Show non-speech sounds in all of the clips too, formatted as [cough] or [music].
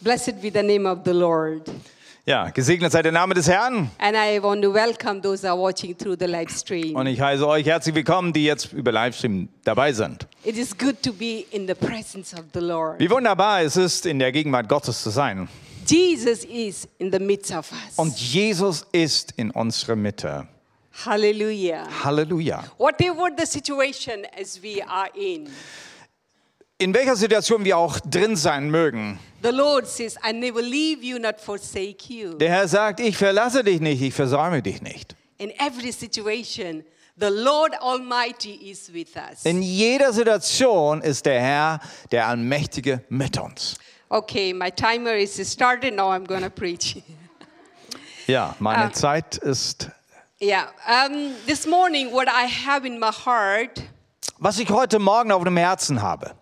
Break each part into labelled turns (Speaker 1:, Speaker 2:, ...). Speaker 1: Blessed be the name of the Lord.
Speaker 2: Ja, gesegnet sei der Name des Herrn.
Speaker 1: And I want to welcome those who are watching through the live stream.
Speaker 2: Und ich heiße euch herzlich willkommen, die jetzt über Livestream dabei sind.
Speaker 1: It is good to be in the presence of the Lord.
Speaker 2: Wie wunderbar es ist, in der Gegenwart Gottes zu sein.
Speaker 1: Jesus is in the midst of us.
Speaker 2: Und Jesus ist in unserer Mitte.
Speaker 1: Hallelujah.
Speaker 2: Halleluja.
Speaker 1: Whatever the situation as we are in,
Speaker 2: In welcher Situation wir auch drin sein mögen.
Speaker 1: the Lord says, I never leave you, not forsake you.
Speaker 2: Der Herr sagt, ich verlasse dich nicht, ich versäume dich nicht.
Speaker 1: In every situation, the Lord Almighty is with us.
Speaker 2: In jeder Situation ist der Herr, der Allmächtige, mit uns.
Speaker 1: Okay, my timer is started. Now I'm going to preach. [laughs]
Speaker 2: Ja, meine
Speaker 1: Ah.
Speaker 2: Zeit ist.
Speaker 1: yeah. Um, this morning, what I have in my heart,
Speaker 2: Was ich heute Morgen auf dem Herzen habe,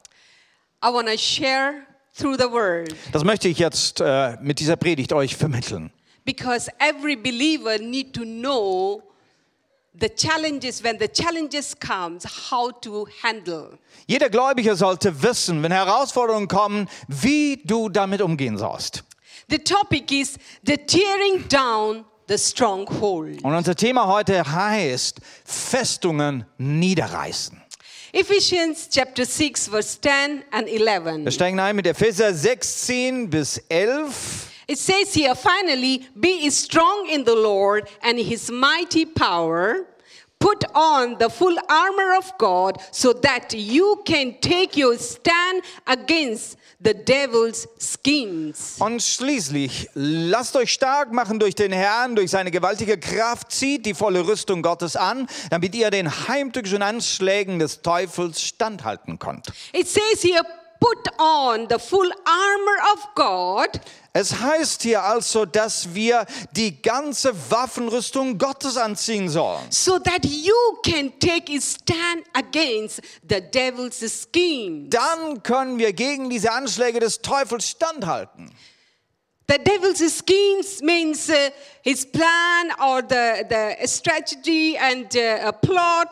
Speaker 1: I want to share through the word
Speaker 2: das möchte ich jetzt äh, mit dieser Predigt euch vermitteln.
Speaker 1: because every believer need to know the challenges when the challenges comes how to handle
Speaker 2: Jeder Gläubige sollte wissen, wenn Herausforderungen kommen, wie du damit umgehen sollst.
Speaker 1: the topic is the tearing down the stronghold
Speaker 2: Und unser Thema heute heißt Festungen niederreißen.
Speaker 1: ephesians chapter 6 verse 10 and 11
Speaker 2: Wir steigen ein mit Epheser 6, 10 bis 11.
Speaker 1: It says here, finally, be strong in the Lord and his mighty power. Put on the full armor of God so that you can take your stand against the devil's schemes.
Speaker 2: Und schließlich, lasst euch stark machen durch den Herrn, durch seine gewaltige Kraft, zieht die volle Rüstung Gottes an, damit ihr den heimtückischen Anschlägen des Teufels standhalten könnt.
Speaker 1: It says here, put on the full armor of God
Speaker 2: Es heißt hier also, dass wir die ganze Waffenrüstung Gottes anziehen sollen.
Speaker 1: so that you can take a stand against the devil's scheme.
Speaker 2: Dann können wir gegen diese Anschläge des Teufels standhalten.
Speaker 1: The devil's schemes means uh, his plan or the, the strategy and uh, a plot.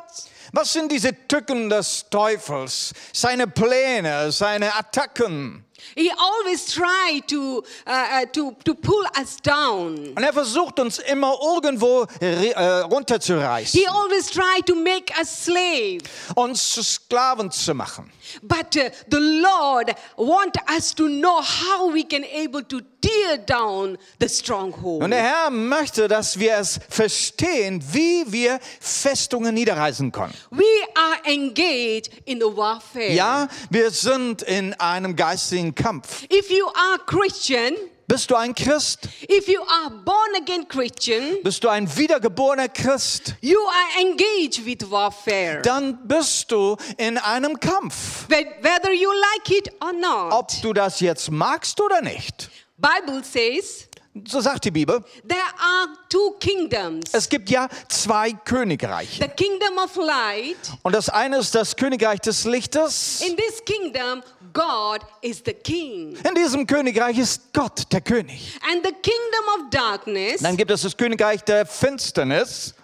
Speaker 2: Was sind diese Tücken des Teufels? Seine Pläne, seine Attacken.
Speaker 1: He always try to, uh, uh, to, to pull us down.
Speaker 2: Und er versucht uns immer irgendwo re- äh, runterzureißen,
Speaker 1: He always try to make us slave.
Speaker 2: uns zu Sklaven zu machen.
Speaker 1: But uh, the Lord want us to know how we can able to tear down the stronghold.
Speaker 2: Und der Herr möchte, dass wir es verstehen, wie wir Festungen niederreißen können.
Speaker 1: We are engaged in the warfare.
Speaker 2: Ja, wir sind in einem geistigen Kampf.
Speaker 1: If you are Christian,
Speaker 2: Bist du ein Christ?
Speaker 1: if you are born again Christian,
Speaker 2: Bist du ein wiedergeborener Christ?
Speaker 1: You are engaged with warfare.
Speaker 2: Dann bist du in einem Kampf.
Speaker 1: Whe- Whether you like it or
Speaker 2: Ob
Speaker 1: not,
Speaker 2: du das jetzt magst oder nicht.
Speaker 1: Bible says
Speaker 2: So sagt die Bibel.
Speaker 1: there are two kingdoms.
Speaker 2: Es gibt ja zwei Königreiche.
Speaker 1: The kingdom of light.
Speaker 2: Und das eine ist das Königreich des Lichtes.
Speaker 1: In this kingdom, God is the king.
Speaker 2: In diesem Königreich ist Gott der König.
Speaker 1: And the kingdom of darkness,
Speaker 2: Dann gibt es das Königreich der Finsternis,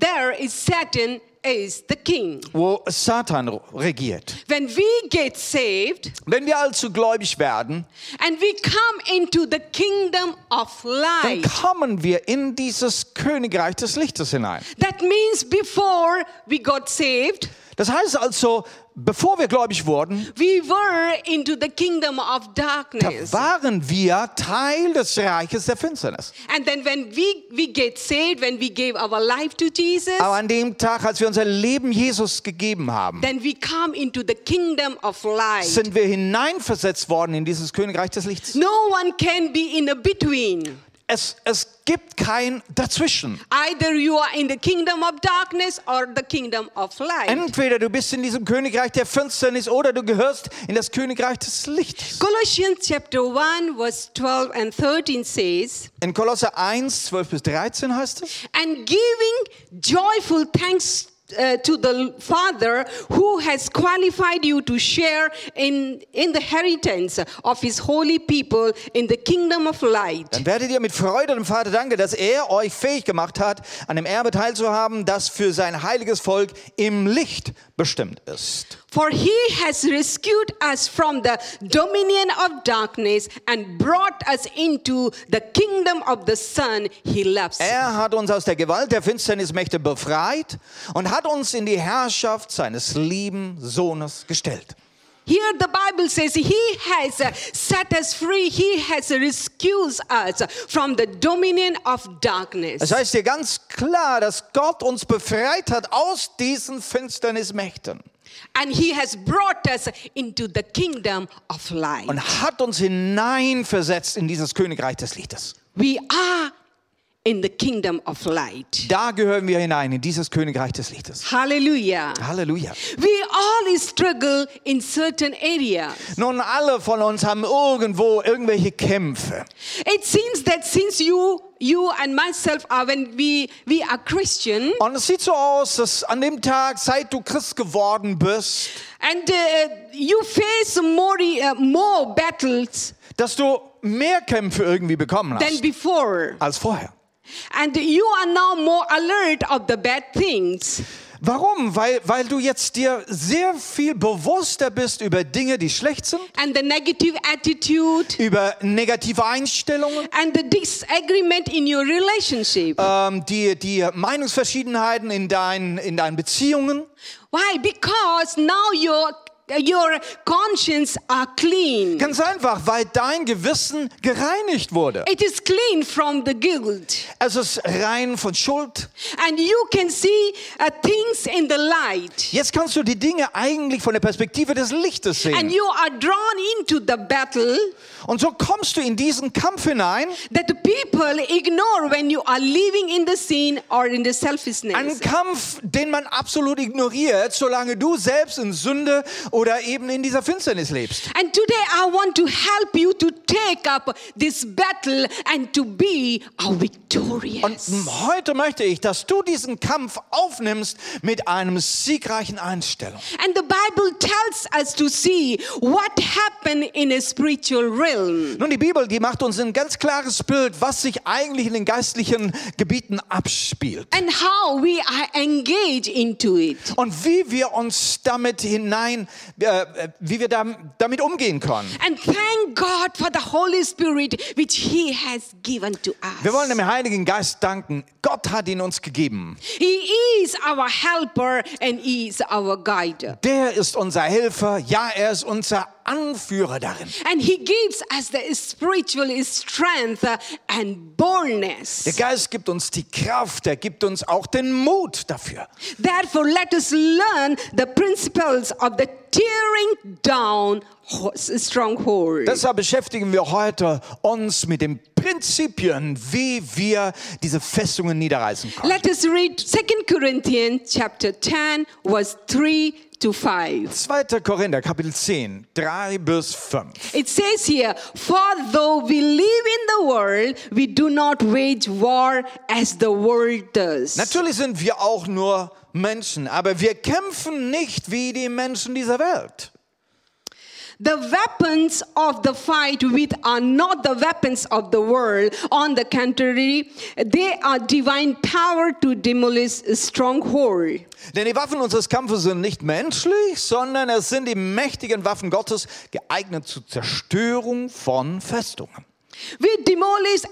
Speaker 1: there is Satan is the king.
Speaker 2: wo Satan regiert.
Speaker 1: When we get saved
Speaker 2: Wenn wir allzu gläubig werden,
Speaker 1: and we come into the kingdom of
Speaker 2: dann
Speaker 1: light,
Speaker 2: kommen wir in dieses Königreich des Lichtes hinein.
Speaker 1: that means before we got saved,
Speaker 2: Das heißt also, bevor wir gläubig wurden,
Speaker 1: We were into the kingdom of
Speaker 2: da
Speaker 1: darkness.
Speaker 2: waren wir Teil des Reiches der Finsternis.
Speaker 1: And then when we, we get saved, when we gave our life to Jesus,
Speaker 2: Aber an dem Tag, als wir unser Leben Jesus gegeben haben,
Speaker 1: then we come into the kingdom of light.
Speaker 2: sind wir hineinversetzt worden in dieses Königreich des Lichts.
Speaker 1: No one can be in a between.
Speaker 2: Es, es gibt kein Dazwischen.
Speaker 1: Either you are in the kingdom of darkness or the kingdom of light.
Speaker 2: Entweder du bist in diesem Königreich der Finsternis oder du gehörst in das Königreich des Lichts.
Speaker 1: Colossians chapter 1 verse 12 and 13 says,
Speaker 2: In Kolosser 1, 12 bis 13 heißt es.
Speaker 1: and giving joyful thanks uh, to the Father who has qualified you to share in, in the inheritance of his holy people in the kingdom of light.
Speaker 2: Dann werdet ihr mit Freude dem Vater danken, dass er euch fähig gemacht hat, an dem Erbe teilzuhaben, das für sein heiliges Volk im Licht bestimmt ist.
Speaker 1: For he has rescued us from the dominion of darkness and brought us into the kingdom of the Son he loves.
Speaker 2: Er hat uns aus der Gewalt der Finsternismächte befreit und hat uns in die Herrschaft seines lieben Sohnes gestellt.
Speaker 1: Here the Bible says he has uh, set us free, he has rescued us from the dominion of darkness.
Speaker 2: Es heißt hier ganz klar, dass Gott uns befreit hat aus diesen Finsternismächten
Speaker 1: And he has brought us into the kingdom of light.
Speaker 2: und hat uns hineinversetzt in dieses Königreich des Lichtes.
Speaker 1: We are in the kingdom of light.
Speaker 2: Da gehören wir hinein, in dieses Königreich des Lichtes.
Speaker 1: Hallelujah.
Speaker 2: Halleluja.
Speaker 1: We all struggle in certain area.
Speaker 2: Nun, alle von uns haben irgendwo irgendwelche Kämpfe.
Speaker 1: It seems that since you you and myself are when we we are Christian
Speaker 2: Und es sieht so aus, dass an dem Tag, seit du Christ geworden bist,
Speaker 1: and uh, you face more uh, more battles
Speaker 2: dass du mehr Kämpfe irgendwie bekommen
Speaker 1: than
Speaker 2: hast
Speaker 1: before
Speaker 2: als vorher.
Speaker 1: and you are now more alert of the bad things
Speaker 2: Warum? Weil, weil du jetzt dir sehr viel bewusster bist über Dinge, die schlecht sind,
Speaker 1: and the negative attitude
Speaker 2: über negative Einstellungen,
Speaker 1: and the disagreement in your relationship
Speaker 2: ähm, die, die Meinungsverschiedenheiten in deinen, in deinen Beziehungen.
Speaker 1: why because now your your conscience are clean
Speaker 2: Ganz einfach, weil dein Gewissen gereinigt wurde.
Speaker 1: it is clean from the guilt
Speaker 2: Es ist rein von Schuld.
Speaker 1: and you can see uh, things in the light
Speaker 2: Jetzt kannst du die Dinge eigentlich von der Perspektive des Lichtes
Speaker 1: and
Speaker 2: sehen.
Speaker 1: you are drawn into the battle
Speaker 2: Und so kommst du in diesen Kampf hinein.
Speaker 1: that the people ignore when you are living in the sin or in the
Speaker 2: Ein
Speaker 1: selfishness
Speaker 2: Kampf, den man absolut ignoriert, solange du selbst in Sünde oder eben in dieser Finsternis lebst.
Speaker 1: and today i want to help you to take up this battle and to be a
Speaker 2: Und
Speaker 1: victorious
Speaker 2: heute möchte ich, dass du diesen Kampf aufnimmst mit einem siegreichen Einstellung.
Speaker 1: and the bible tells us to see what happened in a spiritual realm
Speaker 2: Nun, die Bibel, die macht uns ein ganz klares Bild, was sich eigentlich in den geistlichen Gebieten abspielt.
Speaker 1: and how we are engaged into it
Speaker 2: Und wie wir uns damit hinein, äh, wie wir da, damit umgehen können.
Speaker 1: And thank God for the Holy Spirit which He has given to
Speaker 2: Wir wollen
Speaker 1: us.
Speaker 2: dem Heiligen Geist danken. Gott hat ihn uns gegeben.
Speaker 1: He is our helper and He is our guide.
Speaker 2: Der ist unser Helfer. Ja, er ist unser Anführer darin.
Speaker 1: And He gives us the spiritual strength and
Speaker 2: Der
Speaker 1: boldness.
Speaker 2: Geist gibt uns die Kraft. Er gibt uns auch den Mut dafür.
Speaker 1: Therefore, let us learn the principles of the tearing down ho- stronghold.
Speaker 2: Deshalb beschäftigen wir heute uns mit den Prinzipien, wie wir diese Festungen niederreißen können.
Speaker 1: Let us read 2 Corinthians chapter 10, verse 3 to 5.
Speaker 2: 2. Korinther, Kapitel 10, 3 bis 5.
Speaker 1: It says here, for though we live in the world, we do not wage war as the world does.
Speaker 2: Natürlich sind wir auch nur Menschen, aber wir kämpfen nicht wie die Menschen dieser Welt.
Speaker 1: The weapons of the fight with are not the weapons of the world. On the contrary, they are divine power to demolish a stronghold.
Speaker 2: Denn die Waffen unseres Kampfes sind nicht menschlich, sondern es sind die mächtigen Waffen Gottes, geeignet zur Zerstörung von Festungen.
Speaker 1: We demolish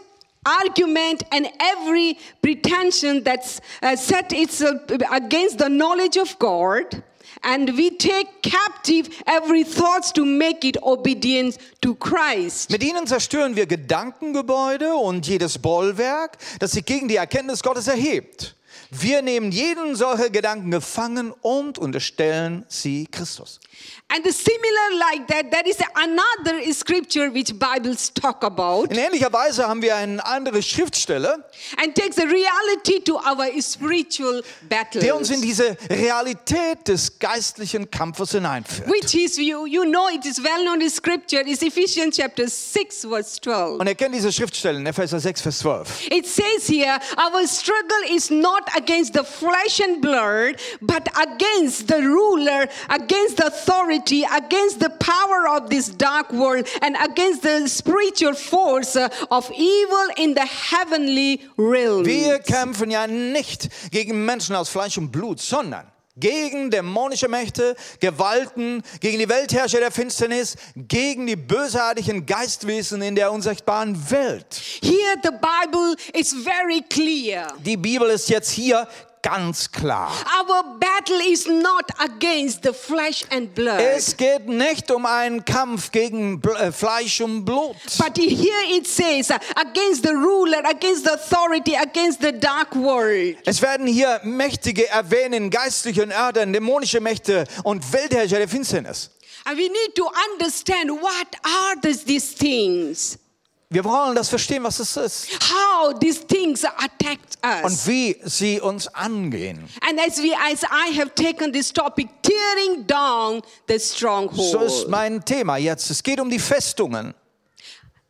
Speaker 1: argument and every pretension that's uh, set itself against the knowledge of God. And we take captive every thought to make it obedient to Christ.
Speaker 2: Mit ihnen zerstören wir Gedankengebäude und jedes Bollwerk, das sich gegen die Erkenntnis Gottes erhebt. Wir nehmen jeden solcher Gedanken gefangen und unterstellen sie Christus.
Speaker 1: And the similar like that, there is another scripture which Bibles talk about
Speaker 2: In ähnlicher Weise haben wir eine andere Schriftstelle,
Speaker 1: and takes the reality to our spiritual
Speaker 2: der uns
Speaker 1: battle.
Speaker 2: in diese Realität des geistlichen Kampfes hineinführt.
Speaker 1: Which is, you, you know, it is well-known scripture, is Ephesians chapter 6, verse 12.
Speaker 2: Und er kennt diese Schriftstelle in Epheser 6, Vers 12.
Speaker 1: It says here, our struggle is not against the flesh and blood, but against the ruler, against the authority, against the power of this dark world, and against the spiritual force uh, of evil in the heavenly realm.
Speaker 2: Wir kämpfen ja nicht gegen Menschen aus Fleisch und Blut, sondern Gegen dämonische Mächte, Gewalten, gegen die Weltherrscher der Finsternis, gegen die bösartigen Geistwesen in der unsichtbaren Welt.
Speaker 1: Here, the Bible is very clear.
Speaker 2: Die Bibel ist jetzt hier ganz klar.
Speaker 1: Our battle is not against the flesh and blood.
Speaker 2: Es geht nicht um einen Kampf gegen Bl äh, Fleisch und Blut.
Speaker 1: But here it says, uh, against the ruler, against the authority, against the dark world.
Speaker 2: Es werden hier Mächtige erwähnt in geistlichen Örtern, dämonische Mächte und Weltherrscher der Finsternis.
Speaker 1: And we need to understand what are this, these things,
Speaker 2: Wir brauchen das verstehen, was es ist
Speaker 1: how these things attack us.
Speaker 2: und wie sie uns angehen.
Speaker 1: And as we, as I have taken this topic, tearing down the
Speaker 2: So ist
Speaker 1: stronghold.
Speaker 2: mein Thema jetzt. Es geht um die Festungen.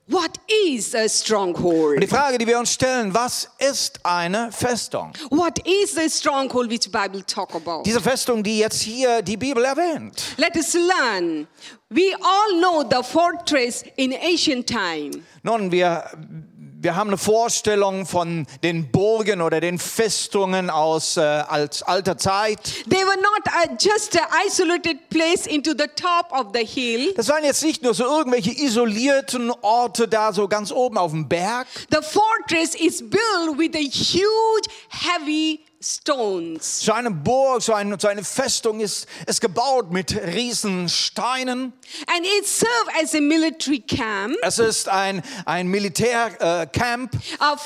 Speaker 1: What is a
Speaker 2: Und die
Speaker 1: stronghold?
Speaker 2: Frage, die wir uns stellen, was ist eine Festung?
Speaker 1: What is the stronghold which Bible talk about?
Speaker 2: Diese Festung, die jetzt hier die Bibel erwähnt.
Speaker 1: Let us learn. We all know the fortress in ancient time.
Speaker 2: Nun, wir, wir haben eine Vorstellung von den Burgen oder den Festungen aus äh, als alter Zeit.
Speaker 1: They were not uh, just an isolated place into the top of the hill.
Speaker 2: Das waren jetzt nicht nur so irgendwelche isolierten Orte da so ganz oben auf dem Berg.
Speaker 1: The fortress is built with a huge, heavy stones.
Speaker 2: So eine Burg, so eine, so eine Festung ist, ist gebaut mit riesen Steinen.
Speaker 1: And it served as a military camp,
Speaker 2: Es ist ein, ein Militärcamp. Äh, Camp.
Speaker 1: a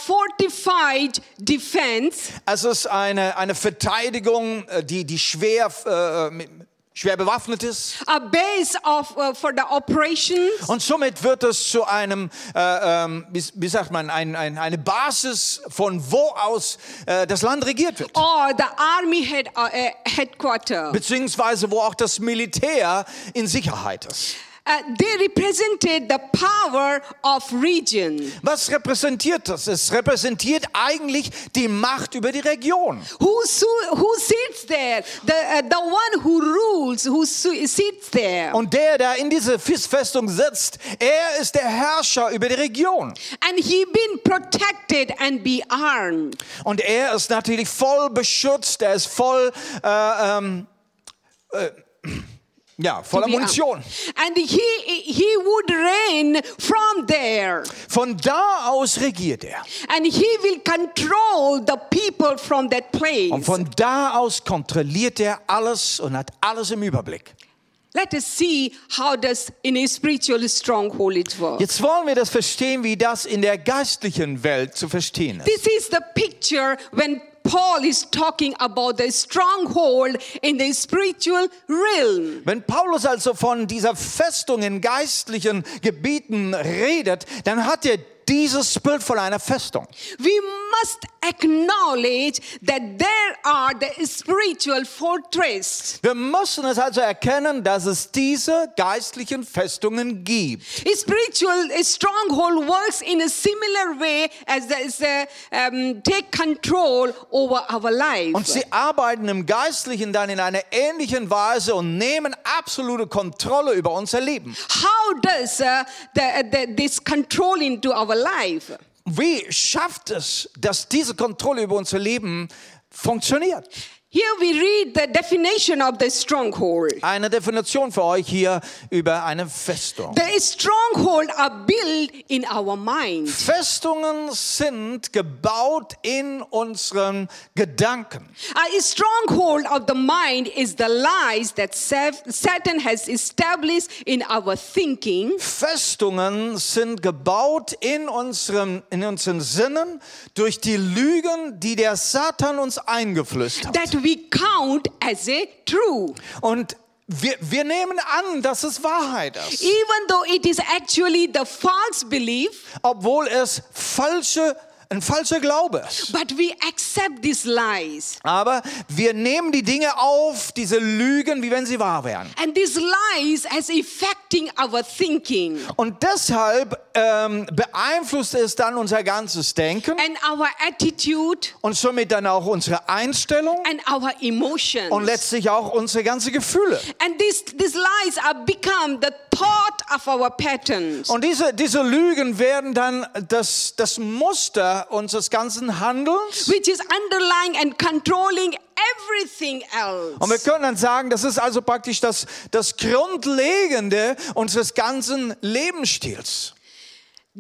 Speaker 1: fortified defense,
Speaker 2: es ist eine, eine Verteidigung, äh, die, die schwer, äh, mit- schwer bewaffnet ist.
Speaker 1: a base of, uh, for the operations.
Speaker 2: Und somit wird es zu einem, äh, ähm, wie, wie sagt man, ein, ein, eine Basis, von wo aus äh, das Land regiert wird.
Speaker 1: Or the army head, uh, uh, headquarter.
Speaker 2: Beziehungsweise wo auch das Militär in Sicherheit ist.
Speaker 1: Uh, they represented the power of region.
Speaker 2: Was repräsentiert das? Es repräsentiert eigentlich die Macht über die Region.
Speaker 1: Who, su- who sits there? The, uh, the one who rules, who su- sits there.
Speaker 2: Und der, der in diese Festung sitzt, er ist der Herrscher über die Region.
Speaker 1: And he been protected and be armed.
Speaker 2: Und er ist natürlich voll beschützt, er ist voll, äh, ähm, äh, ja, voller
Speaker 1: Be
Speaker 2: Munition.
Speaker 1: armed. And he, he would reign from there.
Speaker 2: Von da aus regiert er.
Speaker 1: And he will control the people from that place.
Speaker 2: Und von da aus kontrolliert er alles und hat alles im Überblick.
Speaker 1: Let us see how does in a spiritual stronghold it works.
Speaker 2: Jetzt wollen wir das verstehen, wie das in der geistlichen Welt zu verstehen ist.
Speaker 1: This is the picture when Paul is talking about the stronghold in the spiritual realm.
Speaker 2: Wenn Paulus also von dieser Festung in geistlichen Gebieten redet, dann hat er dieses Bild von einer Festung.
Speaker 1: We must acknowledge that there are the spiritual fortress.
Speaker 2: Wir müssen es also erkennen, dass es diese geistlichen Festungen gibt.
Speaker 1: A spiritual a stronghold works in a similar way as the, as the, um, take control over our
Speaker 2: Und
Speaker 1: life.
Speaker 2: sie arbeiten im Geistlichen dann in einer ähnlichen Weise und nehmen absolute Kontrolle über unser Leben.
Speaker 1: How does uh, the, the, this control into our life?
Speaker 2: Wie schafft es, dass diese Kontrolle über unser Leben funktioniert?
Speaker 1: Here we read the definition of the stronghold.
Speaker 2: Eine Definition für euch hier über eine Festung.
Speaker 1: The stronghold are built in our mind.
Speaker 2: Festungen sind gebaut in unseren Gedanken.
Speaker 1: A stronghold of the mind is the lies that Sat- Satan has established in our thinking.
Speaker 2: Festungen sind gebaut in unseren, in unseren Sinnen durch die Lügen, die der Satan uns eingeflößt hat.
Speaker 1: That we count as a true,
Speaker 2: Und wir, wir nehmen an, dass es Wahrheit ist,
Speaker 1: even though it is actually the false belief,
Speaker 2: obwohl es falsche, ein falscher Glaube ist.
Speaker 1: but we accept these lies.
Speaker 2: Aber wir nehmen die Dinge auf, diese Lügen, wie wenn sie wahr wären.
Speaker 1: And these lies as affecting our thinking
Speaker 2: Und deshalb ähm, beeinflusst es dann unser ganzes Denken
Speaker 1: and our attitude
Speaker 2: und somit dann auch unsere Einstellung
Speaker 1: and our emotions.
Speaker 2: und letztlich auch unsere ganzen Gefühle.
Speaker 1: And these, these lies are become the part of our patterns.
Speaker 2: Und diese, diese Lügen werden dann das, das Muster unseres ganzen Handelns.
Speaker 1: which is underlying and controlling everything
Speaker 2: Und wir
Speaker 1: else.
Speaker 2: können dann sagen, das ist also praktisch das, das Grundlegende unseres ganzen Lebensstils.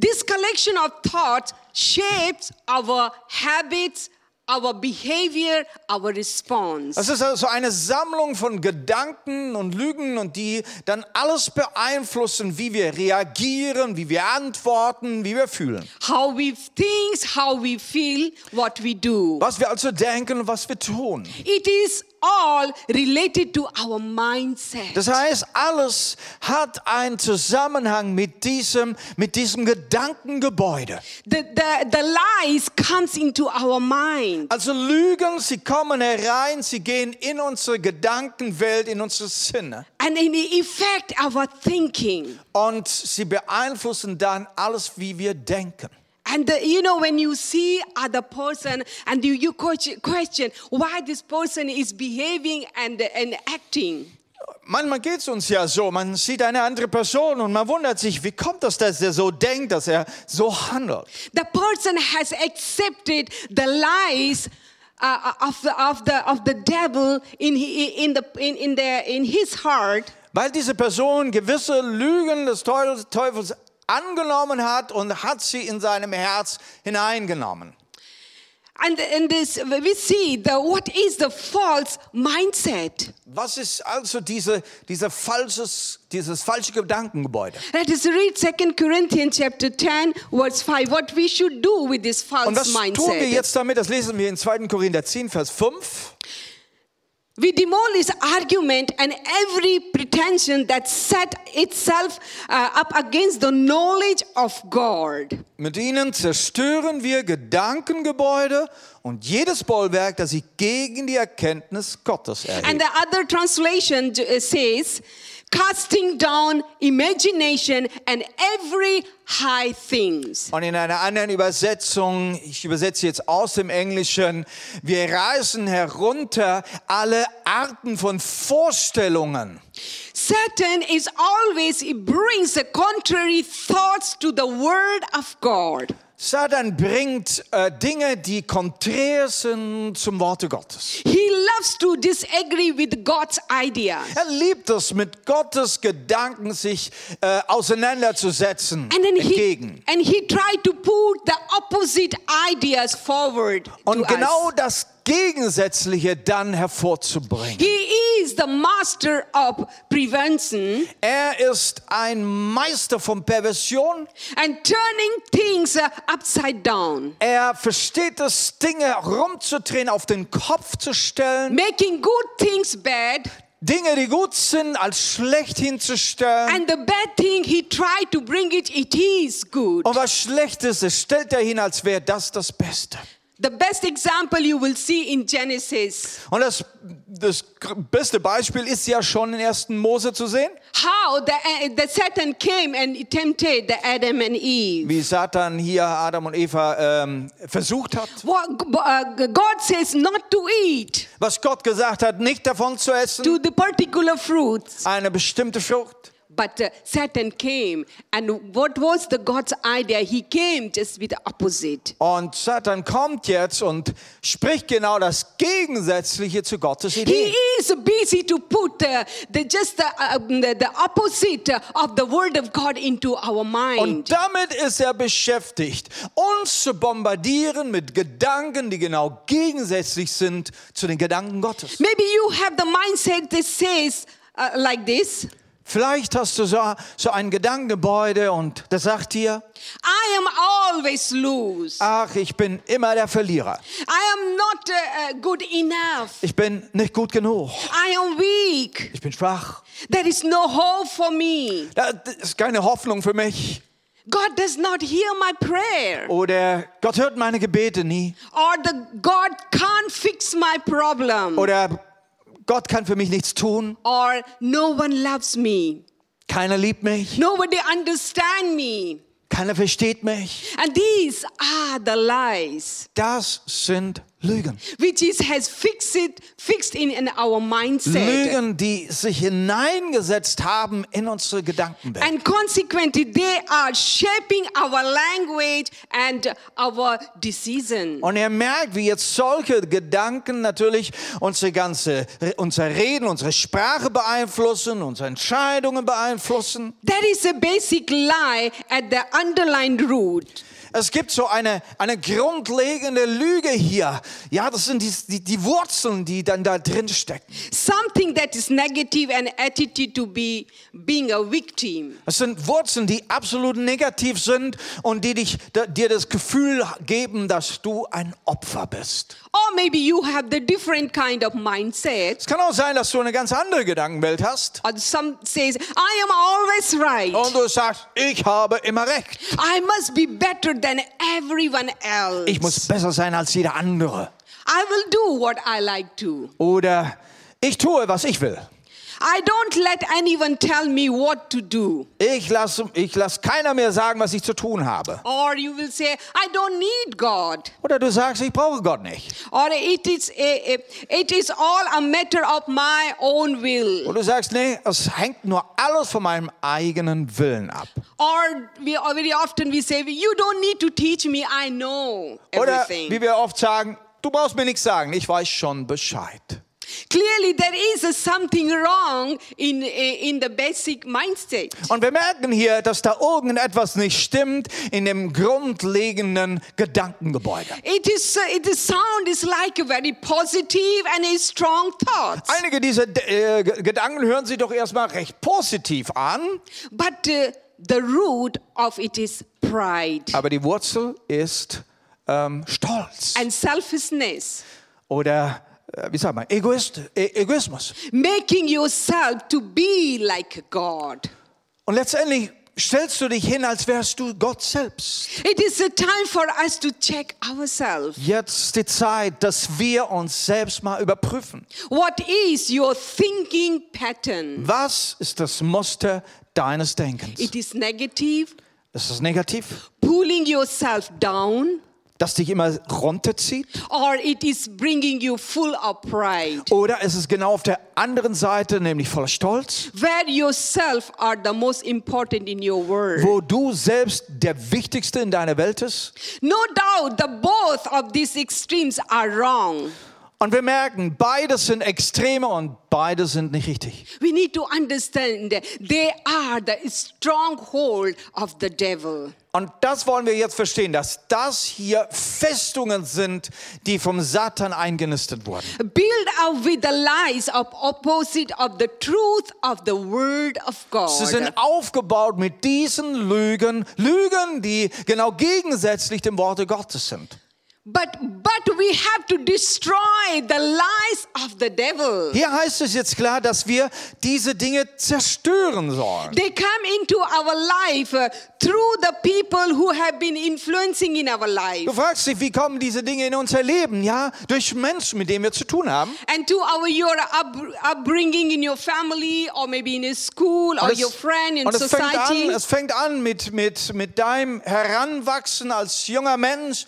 Speaker 1: This collection of thoughts shapes our habits, our behavior, our response.
Speaker 2: Das ist also eine Sammlung von Gedanken und Lügen und die dann alles beeinflussen, wie wir reagieren, wie wir antworten, wie wir fühlen.
Speaker 1: How we think, how we feel, what we do.
Speaker 2: Was wir also denken und was wir tun.
Speaker 1: It is all related to our mindset.
Speaker 2: Das heißt, alles hat einen Zusammenhang mit diesem, mit diesem Gedankengebäude.
Speaker 1: The, the, the lies comes into our mind.
Speaker 2: Also Lügen, sie kommen herein, sie gehen in unsere Gedankenwelt, in unsere Sinne.
Speaker 1: And in effect, our thinking.
Speaker 2: Und sie beeinflussen dann alles, wie wir denken.
Speaker 1: And the, you know when you see other person and you, you coach, question why this person is behaving and, and acting.
Speaker 2: Manchmal geht es uns ja so, man sieht eine andere Person und man wundert sich, wie kommt das, dass er so denkt, dass er so handelt.
Speaker 1: The person has accepted the lies uh, of, the, of, the, of the devil in, he- in, the, in, in, the, in his heart.
Speaker 2: Weil diese Person gewisse Lügen des Teufels, Teufels angenommen hat und hat sie in seinem Herz hineingenommen.
Speaker 1: And in this, we see the, what is the false mindset.
Speaker 2: Was ist also diese, diese falsches, dieses falsche Gedankengebäude?
Speaker 1: Let us read 2 Corinthians chapter 10, verse 5, what we should do with this false
Speaker 2: Und was tun wir
Speaker 1: mindset.
Speaker 2: jetzt damit? Das lesen wir in 2. Korinther 10, Vers 5.
Speaker 1: We demolish argument and every pretension that set itself uh, up against the knowledge of God.
Speaker 2: Mit ihnen zerstören wir Gedankengebäude und jedes Bollwerk, das sich gegen die Erkenntnis Gottes
Speaker 1: And
Speaker 2: erhebt.
Speaker 1: the other translation uh, says, casting down imagination and every high things.
Speaker 2: Und in einer anderen Übersetzung, ich übersetze jetzt aus dem Englischen, wir reißen herunter alle Arten von Vorstellungen.
Speaker 1: Satan is always he brings the contrary thoughts to the word of God.
Speaker 2: Satan bringt äh, Dinge, die konträr sind zum Worte Gottes.
Speaker 1: He loves to disagree with God's ideas.
Speaker 2: Er liebt es, mit Gottes Gedanken sich äh, auseinanderzusetzen,
Speaker 1: And then
Speaker 2: entgegen.
Speaker 1: he, and he tried to put the opposite ideas forward
Speaker 2: Und
Speaker 1: to
Speaker 2: genau
Speaker 1: us.
Speaker 2: das Gegensätzliche dann hervorzubringen.
Speaker 1: He is the master of prevention
Speaker 2: Er ist ein Meister von Perversion.
Speaker 1: and turning things uh, upside down,
Speaker 2: Er versteht es, Dinge rumzudrehen, auf den Kopf zu stellen,
Speaker 1: making good things bad,
Speaker 2: Dinge, die gut sind, als schlecht hinzustellen.
Speaker 1: and the bad thing he tried to bring it, it is good.
Speaker 2: Und was Schlechtes ist, stellt er hin, als wäre das das Beste.
Speaker 1: The best example you will see in Genesis
Speaker 2: Und das, das beste Beispiel ist ja schon in 1. Mose zu sehen,
Speaker 1: how the, uh, the Satan came and tempted the Adam and Eve.
Speaker 2: wie Satan hier Adam und Eva ähm, versucht hat.
Speaker 1: What, uh, God says not to eat.
Speaker 2: Was Gott gesagt hat, nicht davon zu essen,
Speaker 1: to the particular fruits.
Speaker 2: eine bestimmte Frucht.
Speaker 1: But uh, Satan came, and what was the God's idea? He came just with the opposite.
Speaker 2: Und Satan kommt jetzt und spricht genau das Gegensätzliche zu Gottes
Speaker 1: He
Speaker 2: Idee.
Speaker 1: is busy to put uh, the just the, uh, the, the opposite of the word of God into our
Speaker 2: Und
Speaker 1: mind.
Speaker 2: damit ist er beschäftigt, uns zu bombardieren mit Gedanken, die genau gegensätzlich sind zu den Gedanken Gottes.
Speaker 1: Maybe you have the mindset that says uh, like this:
Speaker 2: Vielleicht hast du so, so ein Gedankengebäude und das sagt dir,
Speaker 1: I am always loose.
Speaker 2: ach, ich bin immer der Verlierer.
Speaker 1: I am not uh, uh, good enough.
Speaker 2: Ich bin nicht gut genug.
Speaker 1: I am weak.
Speaker 2: Ich bin schwach.
Speaker 1: There is no hope for me.
Speaker 2: Da ist keine Hoffnung für mich.
Speaker 1: God does not hear my prayer.
Speaker 2: Oder Gott hört meine Gebete nie.
Speaker 1: or the God can't fix my problem,
Speaker 2: Oder Gott kann für mich nichts tun.
Speaker 1: or no one loves me,
Speaker 2: Keiner liebt mich.
Speaker 1: nobody understands me.
Speaker 2: Keiner versteht mich.
Speaker 1: And these are the lies.
Speaker 2: Das sind Lügen.
Speaker 1: which is has fixed it fixed in, in our mindset
Speaker 2: Lügen, die sich hineingesetzt haben in unsere Gedankenwelt.
Speaker 1: and consequently they are shaping our language and our decision
Speaker 2: Und ihr merkt, wie jetzt solche Gedanken natürlich unsere ganze, unser Reden, unsere Sprache beeinflussen, unsere Entscheidungen beeinflussen.
Speaker 1: that is a basic lie at the underlined root
Speaker 2: Es gibt so eine, eine grundlegende Lüge hier. Ja, das sind die, die, die Wurzeln, die dann da drin stecken.
Speaker 1: something that is negative and attitude to be being a victim
Speaker 2: Es sind Wurzeln, die absolut negativ sind und die dich, da, dir das Gefühl geben, dass du ein Opfer bist.
Speaker 1: or maybe you have the different kind of mindset
Speaker 2: Es kann auch sein, dass du eine ganz andere Gedankenwelt hast
Speaker 1: or some says i am always right
Speaker 2: und du sagst, ich habe immer recht.
Speaker 1: I must be better than everyone else.
Speaker 2: Ich muss besser sein als jeder andere.
Speaker 1: I will do what I like to.
Speaker 2: Oder ich tue, was ich will.
Speaker 1: I don't let anyone tell me what to do.
Speaker 2: Ich lasse ich lass keiner mehr sagen, was ich zu tun habe.
Speaker 1: Or you will say, I don't need God.
Speaker 2: Oder du sagst, ich brauche Gott nicht.
Speaker 1: Or it is, a, a- it is all a matter of my own will.
Speaker 2: Und du sagst, nee, es hängt nur alles von meinem eigenen Willen ab.
Speaker 1: Or we or very often we say, you don't need to teach me, I know
Speaker 2: Oder
Speaker 1: everything.
Speaker 2: wie wir oft sagen, du brauchst mir nichts sagen, ich weiß schon Bescheid.
Speaker 1: Clearly, there is a something wrong in, in the basic mindset.
Speaker 2: Und wir merken hier, dass da irgendetwas nicht stimmt in dem grundlegenden Gedankengebäude.
Speaker 1: It is, uh, it is sound is like a very positive and a strong thoughts,
Speaker 2: Einige dieser äh, G- Gedanken hören sich doch erstmal recht positiv an,
Speaker 1: but uh, the root of it is pride
Speaker 2: aber die Wurzel ist ähm, Stolz
Speaker 1: and selfishness,
Speaker 2: oder äh, wie sagt man, Egoist, e Egoismus.
Speaker 1: making yourself to be like God.
Speaker 2: Und letztendlich stellst du dich hin, als wärst du Gott selbst.
Speaker 1: It is a time for us to check ourselves.
Speaker 2: Jetzt ist die Zeit, dass wir uns selbst mal überprüfen.
Speaker 1: What is your thinking pattern?
Speaker 2: Was ist das Muster deines Denkens?
Speaker 1: It is negative,
Speaker 2: Ist es negativ,
Speaker 1: pulling yourself down,
Speaker 2: das dich immer runterzieht?
Speaker 1: or it is bringing you full of pride.
Speaker 2: Oder ist es genau auf der anderen Seite, nämlich voller Stolz,
Speaker 1: where yourself are the most important in your world.
Speaker 2: wo du selbst der Wichtigste in deiner Welt ist?
Speaker 1: No doubt the both of these extremes are wrong.
Speaker 2: Und wir merken, beides sind Extreme und beide sind nicht richtig.
Speaker 1: We need to understand they are the stronghold of the devil.
Speaker 2: Und das wollen wir jetzt verstehen, dass das hier Festungen sind, die vom Satan eingenistet wurden.
Speaker 1: Build up with the lies of opposite of the truth of the word of
Speaker 2: Sie
Speaker 1: God.
Speaker 2: sind aufgebaut mit diesen Lügen, Lügen, die genau gegensätzlich dem Worte Gottes sind.
Speaker 1: But but we have to destroy the lies of the devil.
Speaker 2: Hier heißt es jetzt klar, dass wir diese Dinge zerstören sollen.
Speaker 1: They come into our life uh, through the people who have been influencing in our life.
Speaker 2: Du fragst dich, wie kommen diese Dinge in unser Leben? Ja, durch Menschen, mit denen wir zu tun haben.
Speaker 1: and to our your up, upbringing in your family or maybe in a school or
Speaker 2: Und es,
Speaker 1: your friend in
Speaker 2: und es fängt an,
Speaker 1: society
Speaker 2: es fängt an mit, mit, mit deinem Heranwachsen als junger Mensch,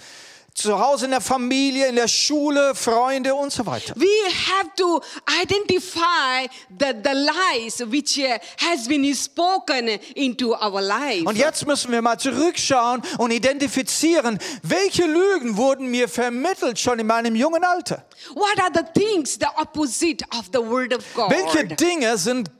Speaker 2: zu Hause in der Familie, in der Schule, Freunde und so weiter.
Speaker 1: we have to identify the, the lies which uh, has been spoken into our life
Speaker 2: Und jetzt müssen wir mal zurückschauen und identifizieren, welche Lügen wurden mir vermittelt schon in meinem jungen Alter?
Speaker 1: what are the things the opposite of the word of god
Speaker 2: Welche Dinge sind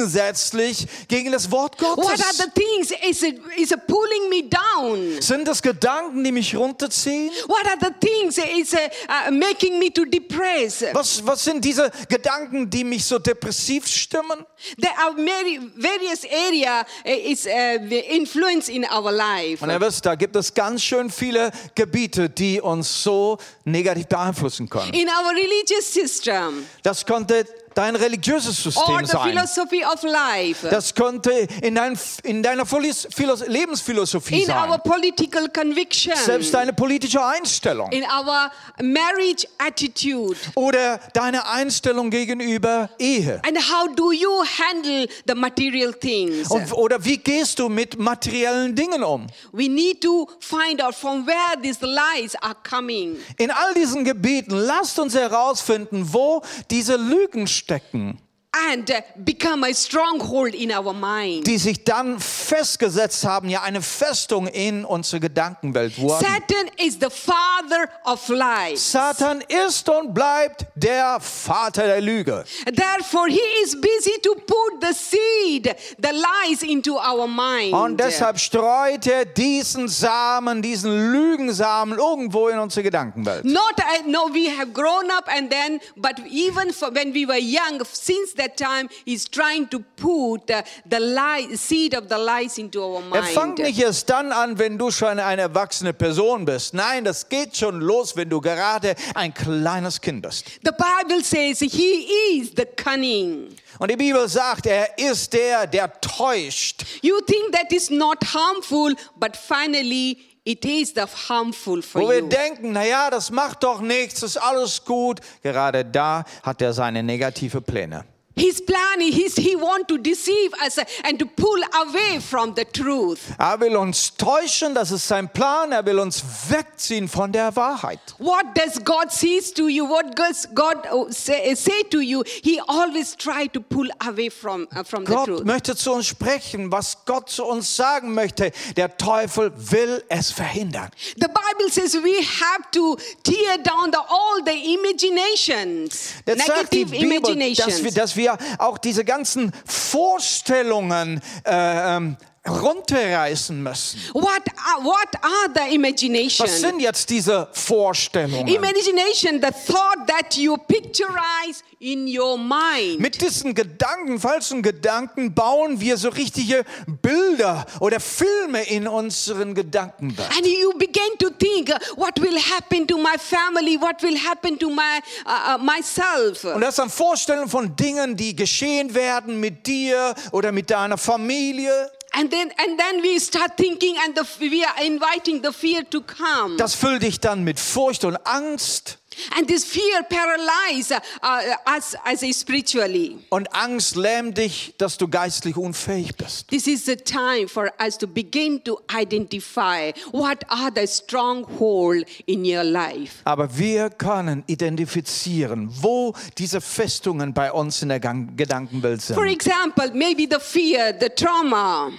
Speaker 2: gegensätzlich gegen das Wort
Speaker 1: what are
Speaker 2: Gottes?
Speaker 1: the things is it, is it pulling me down
Speaker 2: Sind es Gedanken, die mich runterziehen?
Speaker 1: what are the things is uh, uh, making me to depress
Speaker 2: Was, was sind diese Gedanken, die mich so depressiv stimmen?
Speaker 1: There are many, various area eh, is uh, the influence in our life.
Speaker 2: Und ihr wisst, da gibt es ganz schön viele Gebiete, die uns so negativ beeinflussen können.
Speaker 1: In our religious system,
Speaker 2: Das konnte dein religiöses
Speaker 1: or the
Speaker 2: System sein.
Speaker 1: philosophy of life,
Speaker 2: Das könnte in, dein, in deiner Philos Philos Lebensphilosophie
Speaker 1: in our
Speaker 2: sein.
Speaker 1: political conviction,
Speaker 2: Selbst deine politische Einstellung.
Speaker 1: in our marriage attitude.
Speaker 2: Oder deine Einstellung gegenüber Ehe.
Speaker 1: And how do you handle the material things?
Speaker 2: Und, oder wie gehst du mit materiellen Dingen um?
Speaker 1: We need to find out from where these lies are coming.
Speaker 2: In all diesen Gebieten lasst uns herausfinden, wo diese Lügen stecken,
Speaker 1: and uh, become a stronghold in our mind.
Speaker 2: die sich dann festgesetzt haben, ja eine Festung in unsere Gedankenwelt wurden.
Speaker 1: Satan is the father of lies.
Speaker 2: Satan ist und bleibt der Vater der Lüge.
Speaker 1: Therefore, he is busy to put the seed, the lies into our mind.
Speaker 2: Und deshalb streut er diesen Samen, diesen Lügensamen irgendwo in unsere Gedankenwelt.
Speaker 1: not I no, we have grown up and then, but even for when we were young, since that time, he's trying to put uh, the lie, seed of the lies into our
Speaker 2: Er fängt
Speaker 1: mind.
Speaker 2: nicht erst dann an, wenn du schon eine erwachsene Person bist. Nein, das geht schon los, wenn du gerade ein kleines Kind bist.
Speaker 1: The Bible says he is the cunning.
Speaker 2: Und die Bibel sagt, er ist der, der täuscht.
Speaker 1: You think that is not harmful, but finally it is the harmful for
Speaker 2: Wo wir
Speaker 1: you.
Speaker 2: denken, naja, das macht doch nichts, ist alles gut. Gerade da hat er seine negative Pläne.
Speaker 1: His plan is he's- he want to deceive us and to pull away from the truth.
Speaker 2: Er will uns täuschen, das ist sein Plan. Er will uns wegziehen von der Wahrheit.
Speaker 1: What does God says to you? What does God oh, say, say to you? He always try to pull away from uh, from the
Speaker 2: Gott
Speaker 1: truth.
Speaker 2: möchte zu uns sprechen, was Gott zu uns sagen möchte. Der Teufel will es verhindern.
Speaker 1: The Bible says we have to tear down the, all the imaginations,
Speaker 2: Jetzt sagt die
Speaker 1: negative
Speaker 2: Bibel, dass wir,
Speaker 1: imaginations.
Speaker 2: dass wir auch diese ganzen Vorstellungen äh, ähm, runterreißen müssen.
Speaker 1: What are, what are the imaginations?
Speaker 2: Was sind jetzt diese Vorstellungen?
Speaker 1: Imagination, the thought that you picturize in your mind.
Speaker 2: Mit diesen Gedanken, falschen Gedanken, bauen wir so richtige Bilder oder Filme in unseren Gedanken.
Speaker 1: And you begin to think, uh, what will happen to my family? What will happen to my uh, uh, myself?
Speaker 2: Und das sind Vorstellungen von Dingen, die geschehen werden mit dir oder mit deiner Familie.
Speaker 1: And then, and then we start thinking, and the, we are inviting the fear to come.
Speaker 2: Das füllt dich dann mit Furcht und Angst.
Speaker 1: And this fear paralyzes uh, uh, us as a spiritually.
Speaker 2: Und Angst lähmt dich, dass du geistlich unfähig bist.
Speaker 1: This is the time for us to begin to identify what are the stronghold in your life.
Speaker 2: Aber wir können identifizieren, wo diese Festungen bei uns in der Gang- Gedankenwelt sind.
Speaker 1: For example, maybe the fear, the trauma,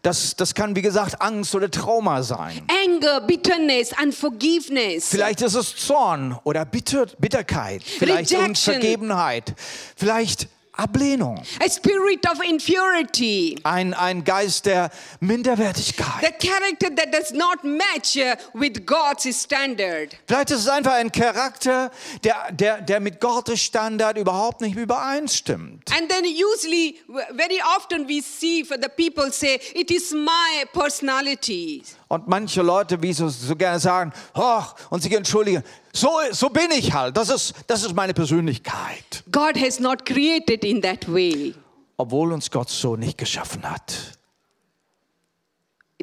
Speaker 2: Das, das kann, wie gesagt, Angst oder Trauma sein.
Speaker 1: anger, bitterness, unforgiveness,
Speaker 2: Vielleicht ist es Zorn oder Bitter, Bitterkeit, vielleicht
Speaker 1: Rejection.
Speaker 2: Unvergebenheit, vielleicht Ablehnung,
Speaker 1: a spirit of inferiority,
Speaker 2: ein, ein Geist der Minderwertigkeit.
Speaker 1: the character that does not match uh, with God's standard.
Speaker 2: Vielleicht ist es einfach ein Charakter, der, der, der mit Gottes Standard überhaupt nicht übereinstimmt.
Speaker 1: And then usually, w- very often we see for the people say, it is my personality.
Speaker 2: Und manche Leute, wie sie so gerne sagen, "Och", und sich entschuldigen, so, so bin ich halt, das ist, das ist meine Persönlichkeit.
Speaker 1: God has not created in that way.
Speaker 2: Obwohl uns Gott so nicht geschaffen hat.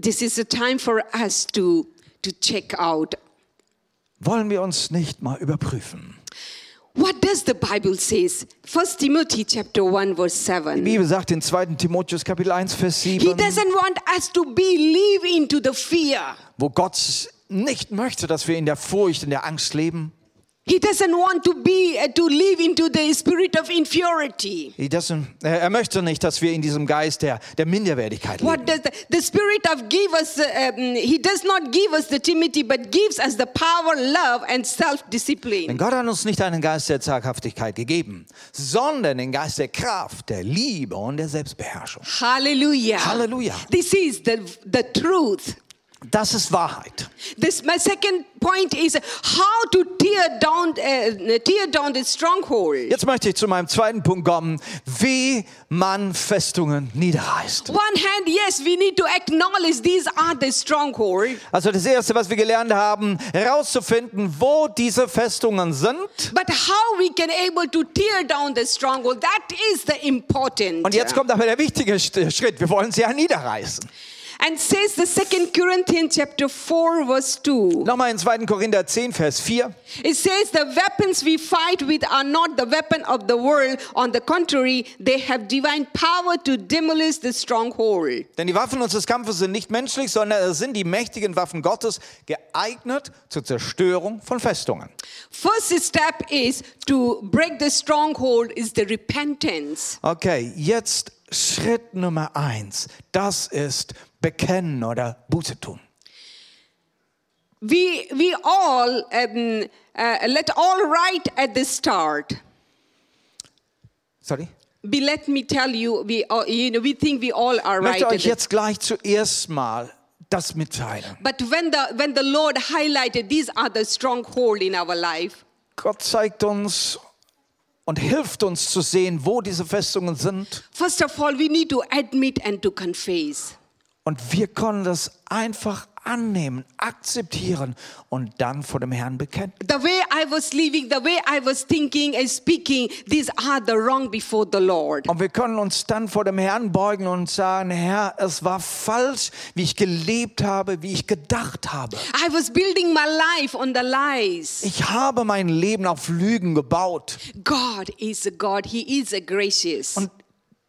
Speaker 1: This is a time for us to, to check out.
Speaker 2: Wollen wir uns nicht mal überprüfen?
Speaker 1: What does the Bible says? 1 Timothy chapter 1 verse 7.
Speaker 2: Die Bibel sagt in 2. Timotheus Kapitel 1, Vers
Speaker 1: He
Speaker 2: 7,
Speaker 1: doesn't want us to believe into the fear.
Speaker 2: wo Gott nicht möchte, dass wir in der Furcht, in der Angst leben.
Speaker 1: He doesn't want to be uh, to live into the spirit of inferiority.
Speaker 2: He doesn't- äh, Er möchte nicht, dass wir in diesem Geist der, der Minderwertigkeit leben.
Speaker 1: What does the, the spirit of give us? uh, um, he does not give us the timidity, but gives us the power, love, and
Speaker 2: Denn
Speaker 1: self-discipline.
Speaker 2: Gott hat uns nicht einen Geist der Zaghaftigkeit gegeben, sondern den Geist der Kraft, der Liebe und der Selbstbeherrschung.
Speaker 1: Hallelujah.
Speaker 2: Hallelujah.
Speaker 1: This is the the truth.
Speaker 2: Das ist Wahrheit.
Speaker 1: This my second point is how to tear down uh, tear down the stronghold.
Speaker 2: Jetzt möchte ich zu meinem zweiten Punkt kommen, wie man Festungen niederreißt.
Speaker 1: One hand, yes, we need to acknowledge these are the stronghold.
Speaker 2: Also das Erste, was wir gelernt haben, herauszufinden, wo diese Festungen sind.
Speaker 1: But how we can able to tear down the stronghold, that is the important.
Speaker 2: Und jetzt kommt aber der wichtige Sch- Schritt. Wir wollen sie ja niederreißen.
Speaker 1: And says the second Corinthians chapter 4 verse 2.
Speaker 2: Nochmal in 2. Korinther 10, Vers 4.
Speaker 1: It says the weapons we fight with are not the weapon of the world. On the contrary, they have divine power to demolish the stronghold.
Speaker 2: Denn die Waffen unseres Kampfes sind nicht menschlich, sondern es sind die mächtigen Waffen Gottes, geeignet zur Zerstörung von Festungen.
Speaker 1: First step is to break the stronghold is the repentance.
Speaker 2: Okay, jetzt Schritt Nummer eins. Das ist Bekennen oder Buße tun.
Speaker 1: We we all um, uh, let all right at the start.
Speaker 2: Sorry?
Speaker 1: Be, let me tell you, we all, you know we think we all are
Speaker 2: Ich
Speaker 1: right.
Speaker 2: möchte
Speaker 1: at
Speaker 2: euch
Speaker 1: the-
Speaker 2: jetzt gleich zuerst mal das mitteilen.
Speaker 1: but when the when the Lord highlighted these are the stronghold in our life,
Speaker 2: Gott zeigt uns und hilft uns zu sehen, wo diese Festungen sind.
Speaker 1: first of all we need to admit and to confess.
Speaker 2: Und wir können das einfach annehmen, akzeptieren und dann vor dem Herrn bekennen.
Speaker 1: The way I was living, the way I was thinking and speaking, these are the wrong before the Lord.
Speaker 2: Und wir können uns dann vor dem Herrn beugen und sagen, Herr, es war falsch, wie ich gelebt habe, wie ich gedacht habe.
Speaker 1: I was building my life on the lies.
Speaker 2: Ich habe mein Leben auf Lügen gebaut.
Speaker 1: God is a God. He is a gracious.
Speaker 2: Und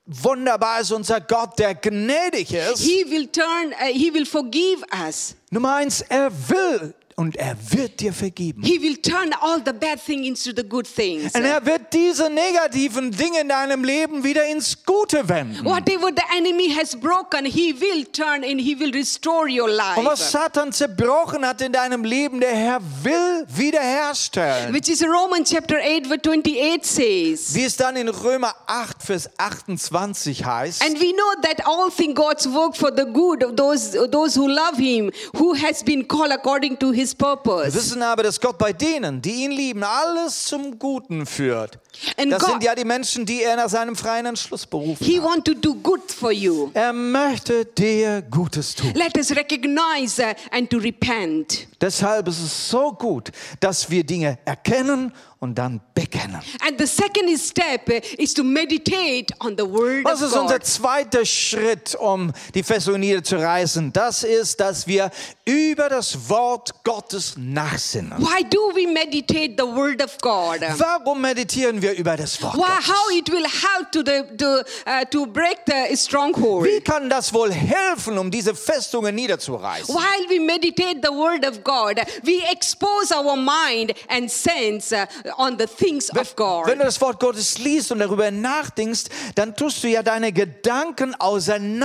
Speaker 2: wunderbar ist unser Gott, der gnädig ist.
Speaker 1: He will turn. Uh, he will forgive us.
Speaker 2: Nummer eins, er will und er wird dir vergeben.
Speaker 1: He will turn all the bad things into the good things.
Speaker 2: Und er wird diese negativen Dinge in deinem Leben wieder ins Gute wenden.
Speaker 1: Whatever the enemy has broken, he will turn and he will restore your
Speaker 2: Und was
Speaker 1: life.
Speaker 2: Satan zerbrochen hat in deinem Leben, der Herr will wiederherstellen.
Speaker 1: Which is Romans chapter 8, verse 28 says.
Speaker 2: Wie es dann in Römer 8, Vers 28 heißt.
Speaker 1: And we know that all things God's work for the good of those, those who love him, who has been called according to his
Speaker 2: Wir
Speaker 1: purpose.
Speaker 2: wissen aber, dass Gott bei denen, die ihn lieben, alles zum Guten führt.
Speaker 1: And
Speaker 2: Das
Speaker 1: God-
Speaker 2: sind ja die Menschen, die er nach seinem freien Entschluss berufen
Speaker 1: He
Speaker 2: hat.
Speaker 1: want to do good for you.
Speaker 2: Er möchte dir Gutes tun.
Speaker 1: Let us recognize uh, and to repent.
Speaker 2: Deshalb ist es so gut, dass wir Dinge erkennen und dann bekennen.
Speaker 1: And the second step eh, is to meditate on the word
Speaker 2: Was
Speaker 1: of
Speaker 2: ist
Speaker 1: God.
Speaker 2: unser zweiter Schritt, um die Fesselung niederzureißen? Das ist, dass wir über das Wort Gottes nachsinnen.
Speaker 1: Why do we meditate the word of God?
Speaker 2: Warum meditieren wir über das Wort
Speaker 1: Why,
Speaker 2: Gottes?
Speaker 1: how it will help to the to, uh, to break the stronghold?
Speaker 2: Wie kann das wohl helfen, um diese Festungen niederzureißen?
Speaker 1: While we meditate the word of God, we expose our mind and sense uh, on the things of
Speaker 2: Wenn du
Speaker 1: God.
Speaker 2: das Wort Gottes liest und darüber nachdenkst, dann tust du ja deine Gedanken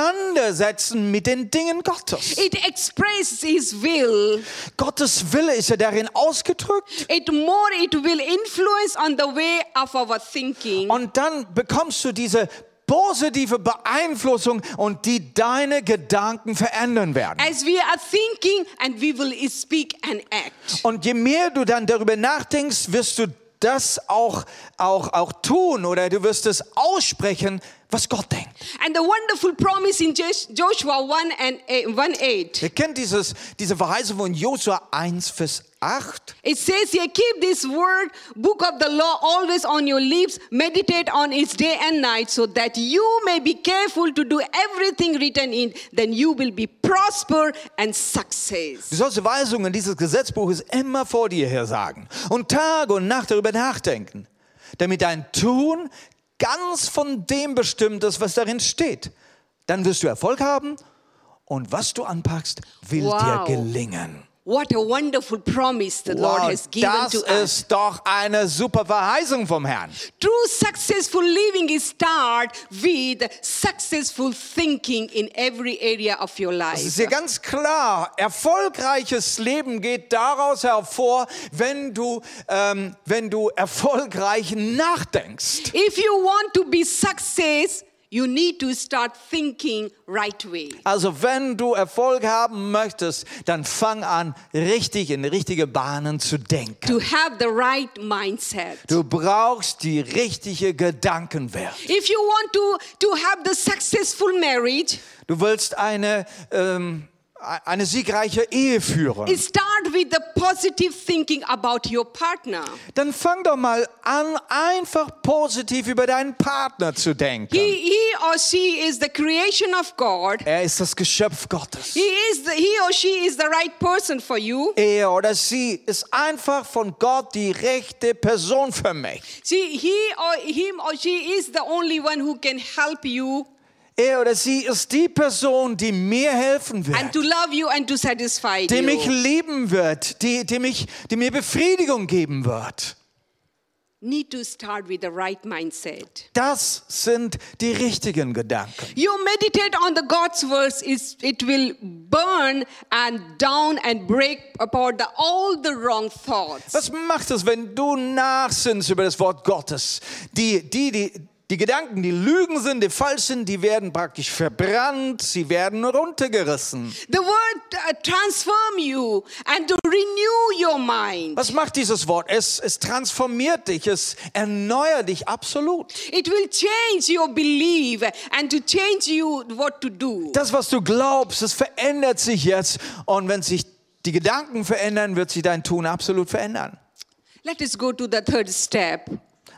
Speaker 2: auseinandersetzen mit den Dingen Gottes.
Speaker 1: It expresses His will.
Speaker 2: Gottes Wille ist ja darin ausgedrückt.
Speaker 1: It more it will influence on the way of our thinking.
Speaker 2: Und dann bekommst du diese positive Beeinflussung und die deine Gedanken verändern werden.
Speaker 1: As we are thinking, and we will speak and act.
Speaker 2: Und je mehr du dann darüber nachdenkst, wirst du das auch, auch, auch tun oder du wirst es aussprechen, was Gott denkt.
Speaker 1: And the wonderful promise in Jos- Joshua 1 and eh, 8, 1 8.
Speaker 2: Ihr kennt dieses, diese Verheißung von Josua 1, Vers 8.
Speaker 1: It says here, keep this word, book of the law, always on your lips, meditate on it day and night, so that you may be careful to do everything written in, then you will be prosper and
Speaker 2: Du
Speaker 1: success.
Speaker 2: sollst die Weisungen dieses Gesetzbuches immer vor dir her sagen und Tag und Nacht darüber nachdenken, damit dein Tun ganz von dem bestimmt ist, was darin steht. Dann wirst du Erfolg haben und was du anpackst, will dir
Speaker 1: Wow.
Speaker 2: gelingen.
Speaker 1: What a wonderful promise the Lord
Speaker 2: Wow,
Speaker 1: has given
Speaker 2: das
Speaker 1: to us.
Speaker 2: ist doch eine super Verheißung vom Herrn.
Speaker 1: True successful living is start with successful thinking in every area of your
Speaker 2: Es ist
Speaker 1: life.
Speaker 2: hier ganz klar, erfolgreiches Leben geht daraus hervor, wenn du, ähm, wenn du erfolgreich nachdenkst.
Speaker 1: If you want to be success you need to start thinking right way.
Speaker 2: Also wenn du Erfolg haben möchtest, dann fang an, richtig in richtige Bahnen zu denken.
Speaker 1: To have the right mindset.
Speaker 2: Du brauchst die richtige Gedankenwelt.
Speaker 1: If you want to, to have the successful marriage,
Speaker 2: Du willst eine, ähm, eine siegreiche Ehe führen.
Speaker 1: start with the positive thinking about your partner.
Speaker 2: Dann fang doch mal an, einfach positiv über deinen Partner zu denken.
Speaker 1: He, he or she is the creation of God.
Speaker 2: Er ist das Geschöpf Gottes.
Speaker 1: He, is the, he or she is the right person for you.
Speaker 2: Er oder sie ist einfach von Gott die rechte Person für mich.
Speaker 1: See, he or him or she is the only one who can help you
Speaker 2: Er oder sie ist die Person, die mir helfen
Speaker 1: and
Speaker 2: wird,
Speaker 1: to love you and to satisfy
Speaker 2: die mich
Speaker 1: you.
Speaker 2: lieben wird, die, die, mich, die mir Befriedigung geben wird.
Speaker 1: Need to start with the right mindset.
Speaker 2: Das sind die richtigen Gedanken.
Speaker 1: You meditate on the God's words, is it will burn and down and break apart the, all the wrong thoughts.
Speaker 2: Was macht es, wenn du nachsinnst über das Wort Gottes? Die, die, die, die Gedanken, die Lügen sind, die falsch sind, die werden praktisch verbrannt, sie werden runtergerissen.
Speaker 1: The word uh, transform you and to renew your mind.
Speaker 2: Was macht dieses Wort? Es, es transformiert dich, es erneuert dich absolut.
Speaker 1: It will change your belief and to change you what to do.
Speaker 2: Das, was du glaubst, es verändert sich jetzt. Und wenn sich die Gedanken verändern, wird sich dein Tun absolut verändern.
Speaker 1: Let us go to the third step.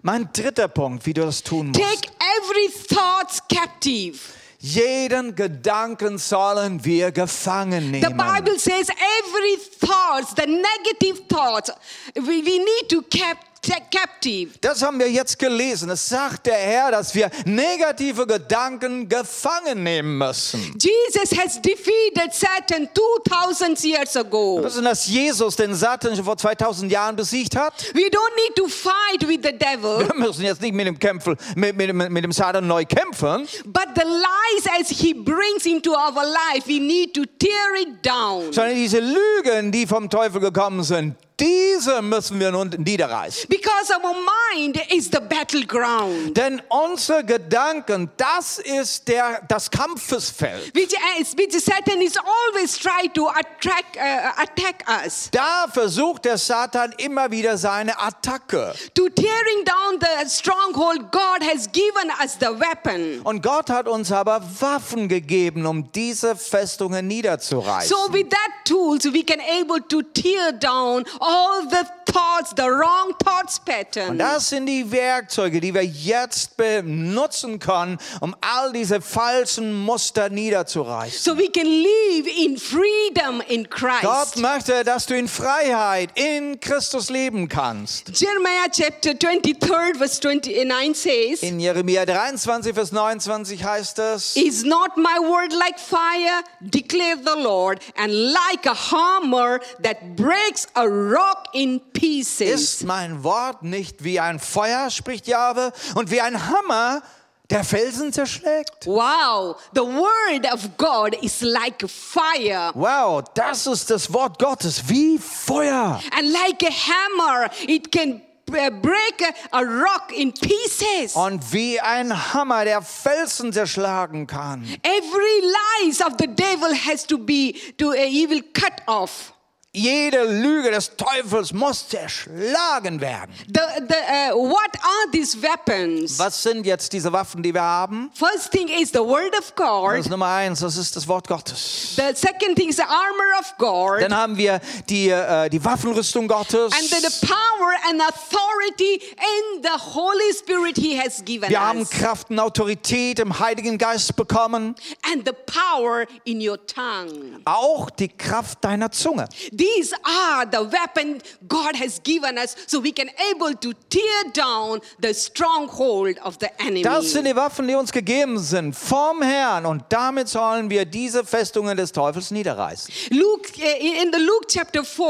Speaker 2: Mein dritter Punkt, wie du das tun musst.
Speaker 1: Take every thought captive.
Speaker 2: Jeden Gedanken sollen wir gefangen
Speaker 1: The
Speaker 2: nehmen.
Speaker 1: Bible says every thoughts, the negative thoughts, we, we need to cap, take captive.
Speaker 2: Das haben wir jetzt gelesen. Es sagt der Herr, dass wir negative Gedanken gefangen nehmen müssen.
Speaker 1: Jesus has defeated Satan 2,000 years ago.
Speaker 2: Das ist, dass Jesus den Satan schon vor 2000 Jahren besiegt hat.
Speaker 1: We don't need to fight with the devil.
Speaker 2: Wir müssen jetzt nicht mit dem, Kämpfen, mit, mit, mit mit dem Satan neu kämpfen,
Speaker 1: But the lies as he brings into our life, we need to tear it down.
Speaker 2: sondern diese Lügen, die vom Teufel gekommen sind, diese müssen wir nun niederreißen.
Speaker 1: Because our mind is the battleground,
Speaker 2: Denn unsere Gedanken, das ist der, das Kampfesfeld.
Speaker 1: which, is, which Satan is always trying to attract, uh, attack us,
Speaker 2: Da versucht der Satan immer wieder seine Attacke.
Speaker 1: to tearing down the stronghold. God has given us the weapon.
Speaker 2: Und Gott hat uns aber Waffen gegeben, um diese Festungen niederzureißen.
Speaker 1: So with that tools, we can able to tear down all the thoughts, the wrong thoughts
Speaker 2: Und
Speaker 1: pattern.
Speaker 2: das sind die Werkzeuge, die wir jetzt benutzen können, um all diese falschen Muster niederzureißen.
Speaker 1: So we can live in freedom in
Speaker 2: Gott
Speaker 1: Christ.
Speaker 2: möchte, dass du in Freiheit in Christus leben kannst.
Speaker 1: Jeremiah chapter 23 verse 29 says,
Speaker 2: In Jeremia 23, Vers 29 heißt es,
Speaker 1: Is not my word like fire, declare the Lord, and like a hammer that breaks a rock in
Speaker 2: ist
Speaker 1: pieces?
Speaker 2: mein Wort nicht wie ein Feuer, spricht Jahwe, und wie ein Hammer, der Felsen zerschlägt?
Speaker 1: Wow, the word of God is like fire.
Speaker 2: Wow, das ist das Wort Gottes, wie Feuer.
Speaker 1: And like a hammer, it can uh, break a, a rock in pieces.
Speaker 2: Und wie ein Hammer, der Felsen zerschlagen kann.
Speaker 1: Every lies of the devil has to be to uh, he will cut off.
Speaker 2: Jede Lüge des Teufels muss zerschlagen werden.
Speaker 1: The, the, uh, what are these weapons?
Speaker 2: Was sind jetzt diese Waffen, die wir haben?
Speaker 1: First thing is the word of God.
Speaker 2: Das ist Nummer eins, das ist das Wort Gottes.
Speaker 1: The second thing is the armor of God.
Speaker 2: Dann haben wir die, äh, die Waffenrüstung Gottes.
Speaker 1: and the, the power and authority in the Holy Spirit He has given
Speaker 2: Wir haben
Speaker 1: us.
Speaker 2: Kraft und Autorität im Heiligen Geist bekommen.
Speaker 1: And the power in your tongue.
Speaker 2: Auch die Kraft deiner Zunge.
Speaker 1: These are the weapon God has given us so we can able to tear down the stronghold of the enemy.
Speaker 2: Das sind die Waffen, die uns gegeben sind vom Herrn. Und damit sollen wir diese Festungen des Teufels niederreißen.
Speaker 1: Luke, eh, in the Luke chapter 4,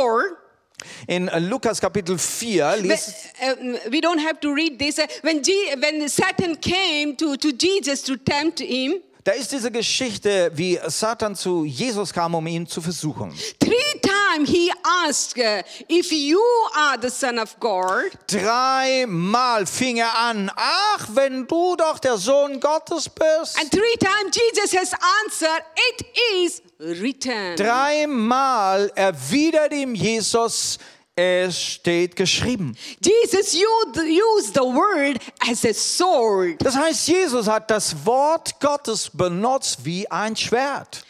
Speaker 2: In äh, Lukas Kapitel 4
Speaker 1: When-
Speaker 2: liest,
Speaker 1: uh, we don't have to read this. Uh, When, Je- when Satan came to, to Jesus to tempt him,
Speaker 2: da ist diese Geschichte, wie Satan zu Jesus kam, um ihn zu versuchen.
Speaker 1: Three times he asked, uh, If you are the Son of God,
Speaker 2: Dreimal fing er an, ach, wenn du doch der Sohn Gottes bist.
Speaker 1: and three times Jesus has answered, It is written.
Speaker 2: Dreimal erwidert ihm Jesus, es steht geschrieben.
Speaker 1: Jesus used, used the word as a sword.
Speaker 2: Das heißt, Jesus hat das Wort Gottes benutzt wie ein Schwert.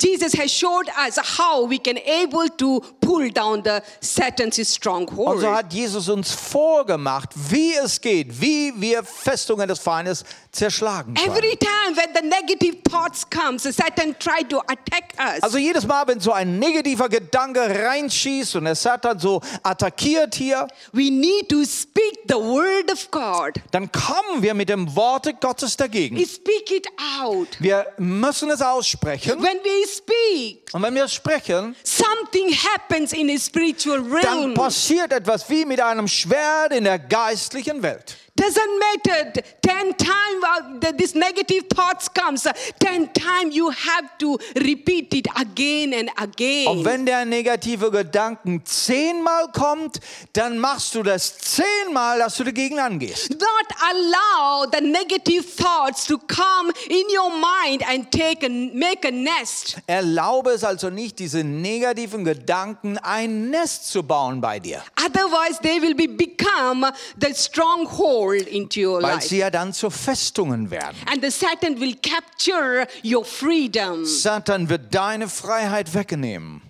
Speaker 1: Jesus has showed us how we can able to pull down the Satan's
Speaker 2: Und
Speaker 1: stronghold.
Speaker 2: so Also hat Jesus uns vorgemacht, wie es geht, wie wir Festungen des Feindes zerschlagen können.
Speaker 1: Every time when the negative thoughts comes, Satan try to attack us.
Speaker 2: Also jedes Mal, wenn so ein negativer Gedanke reinschießt und der Satan so attackiert hier,
Speaker 1: we need to speak the word of God.
Speaker 2: dann kommen wir mit dem Worte Gottes dagegen.
Speaker 1: We speak it out.
Speaker 2: Wir müssen es aussprechen.
Speaker 1: When we speak,
Speaker 2: Und wenn wir es sprechen,
Speaker 1: something happens in the spiritual
Speaker 2: dann
Speaker 1: realm.
Speaker 2: passiert etwas wie mit einem Schwert in der geistlichen Welt.
Speaker 1: Doesn't matter. Ten times this negative thoughts comes. uh, Ten times you have to repeat it again and
Speaker 2: Und
Speaker 1: again.
Speaker 2: wenn der negative Gedanken zehnmal kommt, dann machst du das zehnmal, dass du dagegen angehst.
Speaker 1: Not allow the negative thoughts to come in your mind and take a, make a nest.
Speaker 2: Erlaube es also nicht, diese negativen Gedanken ein Nest zu bauen bei dir,
Speaker 1: Otherwise, they will be become the stronghold into your
Speaker 2: weil
Speaker 1: life.
Speaker 2: sie ja dann zu Festungen werden.
Speaker 1: And the Satan will capture your freedom.
Speaker 2: Satan wird deine Freiheit wegnehmen.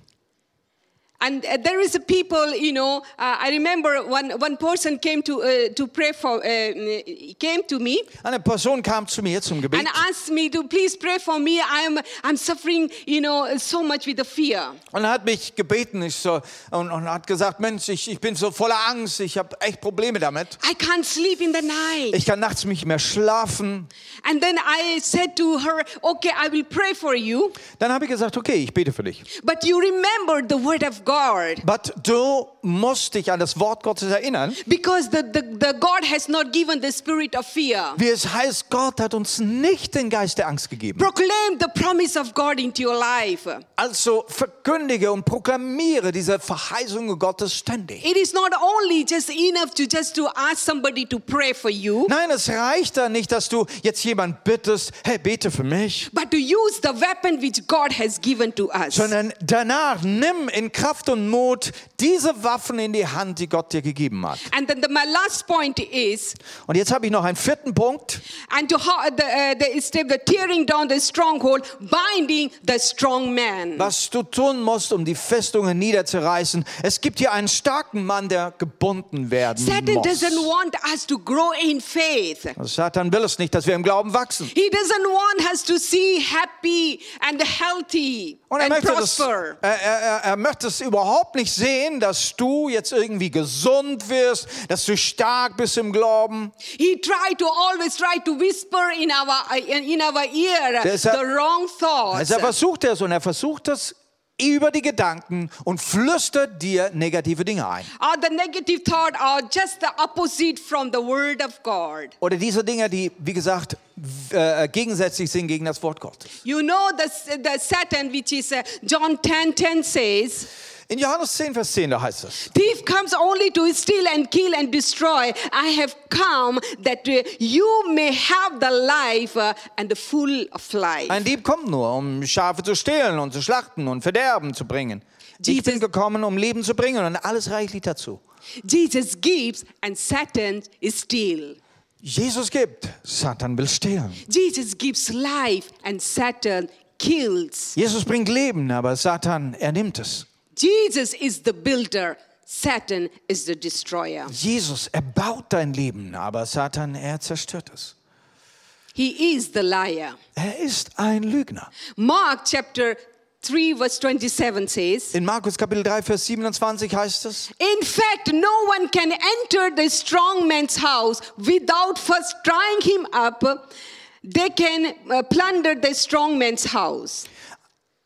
Speaker 1: And uh, there is a people, you know. Uh, I remember one one person came to uh, to pray for uh, came to me
Speaker 2: Eine Person kam zu mir zum Gebet
Speaker 1: and asked me to please pray for me. I'm I'm suffering, you know, so much with the fear.
Speaker 2: und hat mich gebeten ich so, und, und hat gesagt, Mensch, ich, ich bin so voller Angst, ich habe echt Probleme damit.
Speaker 1: I can't sleep in the night.
Speaker 2: Ich kann nachts nicht mehr schlafen.
Speaker 1: And then I said to her, "Okay, I will pray for you,
Speaker 2: Dann habe ich gesagt, okay, ich bete für dich.
Speaker 1: but you remember the word of God."
Speaker 2: But du musst dich an das Wort Gottes erinnern,
Speaker 1: Because the, the, the God has not given the spirit of fear.
Speaker 2: wie es heißt, Gott hat uns nicht den Geist der Angst gegeben.
Speaker 1: Proclaim the promise of God into your life.
Speaker 2: Also verkündige und proklamiere diese Verheißungen Gottes ständig.
Speaker 1: It is not only just enough to just to ask somebody to pray for you,
Speaker 2: Nein, es reicht dann nicht, dass du jetzt jemand bittest, hey, bete für mich,
Speaker 1: but to use the weapon which God has given to us.
Speaker 2: sondern danach nimm in Kraft und Mut diese Waffen in die Hand, die Gott dir gegeben hat.
Speaker 1: And then the, my last point is,
Speaker 2: Und jetzt habe ich noch einen vierten Punkt.
Speaker 1: and to how the, uh, the step, the tearing down the stronghold, binding the strong man.
Speaker 2: was du tun musst, um die Festungen niederzureißen. Es gibt hier einen starken Mann, der gebunden werden
Speaker 1: Satan doesn't
Speaker 2: muss.
Speaker 1: want us to grow in faith.
Speaker 2: Also Satan will es nicht, dass wir im Glauben wachsen.
Speaker 1: He doesn't want us to see happy and healthy
Speaker 2: Und er
Speaker 1: and
Speaker 2: möchte, das,
Speaker 1: prosper.
Speaker 2: er, er, er er möchte es überhaupt nicht sehen, dass du jetzt irgendwie gesund wirst, dass du stark bist im Glauben.
Speaker 1: He tried to always try to whisper in our in our ear
Speaker 2: Deshalb-
Speaker 1: the wrong thoughts.
Speaker 2: Also er versucht es und er versucht es über die Gedanken und flüstert dir negative Dinge ein.
Speaker 1: Or the negative thought are just the opposite from the word of God.
Speaker 2: Oder diese Dinge, die, wie gesagt, w- äh, gegensätzlich sind gegen das Wort Gottes.
Speaker 1: You know the, the Satan, which is uh, John 10, 10 says,
Speaker 2: In Johannes 10, Vers 10, da heißt es.
Speaker 1: Thief comes only to steal and kill and destroy. I have come that uh, you may have the life uh, and the full of life.
Speaker 2: Ein Dieb kommt nur, um Schafe zu stehlen und zu schlachten und Verderben zu bringen. Ich bin
Speaker 1: Jesus-
Speaker 2: gekommen, um Leben zu bringen und alles reichlich dazu.
Speaker 1: Jesus gives and Satan is steal.
Speaker 2: Jesus gibt, Satan will stehlen.
Speaker 1: Jesus gives life and Satan kills.
Speaker 2: Jesus bringt Leben, aber Satan, er nimmt es.
Speaker 1: Jesus is the builder, Satan is the destroyer.
Speaker 2: Jesus, er baut dein Leben, aber Satan, er zerstört es.
Speaker 1: He is the liar.
Speaker 2: Er ist ein Lügner.
Speaker 1: Mark chapter 3, verse 27 says,
Speaker 2: In Markus Kapitel 3, Vers 27 heißt es,
Speaker 1: In fact, no one can enter the strong man's house without first trying him up. They can uh, plunder the strong man's house.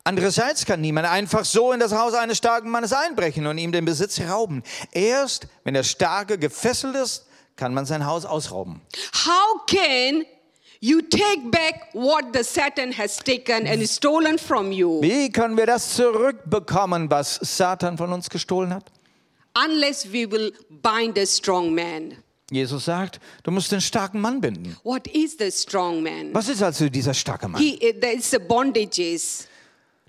Speaker 2: andererseits kann niemand einfach so in das Haus eines starken Mannes einbrechen und ihm den Besitz rauben. Erst, wenn der Starke gefesselt ist, kann man sein Haus ausrauben.
Speaker 1: How can You take back what the Satan has taken and stolen from you.
Speaker 2: Wie können wir das zurückbekommen, was Satan von uns gestohlen hat?
Speaker 1: Unless we will bind a strong man.
Speaker 2: Jesus sagt, du musst den starken Mann binden.
Speaker 1: What is the strong man?
Speaker 2: Was ist also dieser starke Mann?
Speaker 1: He, uh, there is a bondages.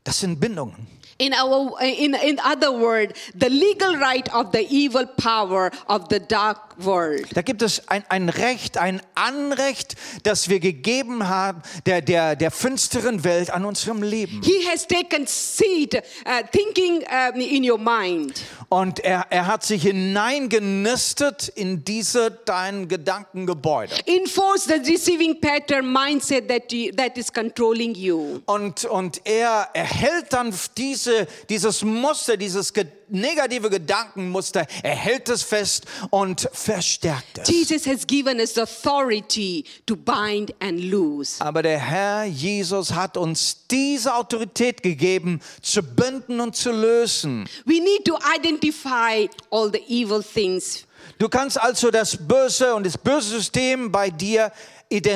Speaker 2: Das sind Bindungen.
Speaker 1: In our, in in other word, the legal right of the evil power of the dark world.
Speaker 2: Da gibt es ein, ein Recht, ein Anrecht, das wir gegeben haben, der, der, der finsteren Welt an unserem Leben.
Speaker 1: He has taken seat, uh, thinking um, in your mind.
Speaker 2: Und er, er hat sich hineingenistet in diese deinen Gedankengebäude.
Speaker 1: Enforce the receiving pattern mindset that you, that is controlling you.
Speaker 2: Und, und er erhält dann diese, dieses Muster, dieses ge negative Gedankenmuster, er hält es fest und verstärkt es.
Speaker 1: Jesus has given us authority to bind and loose.
Speaker 2: Aber der Herr Jesus hat uns diese Autorität gegeben, zu binden und zu lösen.
Speaker 1: We need to identify all the evil things.
Speaker 2: Du kannst also das Böse und das böse System bei dir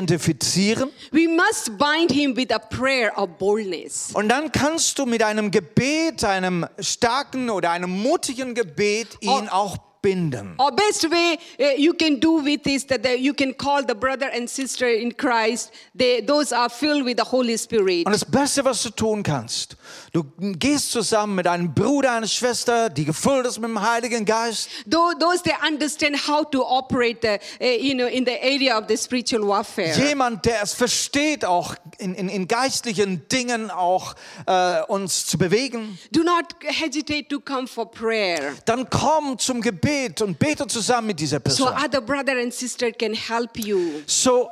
Speaker 2: identifizieren
Speaker 1: We must bind him with a prayer of boldness.
Speaker 2: und dann kannst du mit einem Gebet, einem starken oder einem mutigen Gebet ihn auch binden.
Speaker 1: Or best way uh, you can do with is that the- you can call the brother and sister in Christ. They, those are filled with the Holy Spirit.
Speaker 2: Und das Beste, was du tun kannst, du gehst zusammen mit einem Bruder, einer Schwester, die gefüllt ist mit dem Heiligen Geist.
Speaker 1: Tho- Those that understand how to operate the, uh, you know, in the area of the spiritual warfare.
Speaker 2: Jemand, der es versteht, auch in, in, in geistlichen Dingen auch äh, uns zu bewegen.
Speaker 1: Do not hesitate to come for prayer.
Speaker 2: Dann komm zum Gebet und bete zusammen mit dieser
Speaker 1: So
Speaker 2: Person.
Speaker 1: other brother and sister can help you.
Speaker 2: So,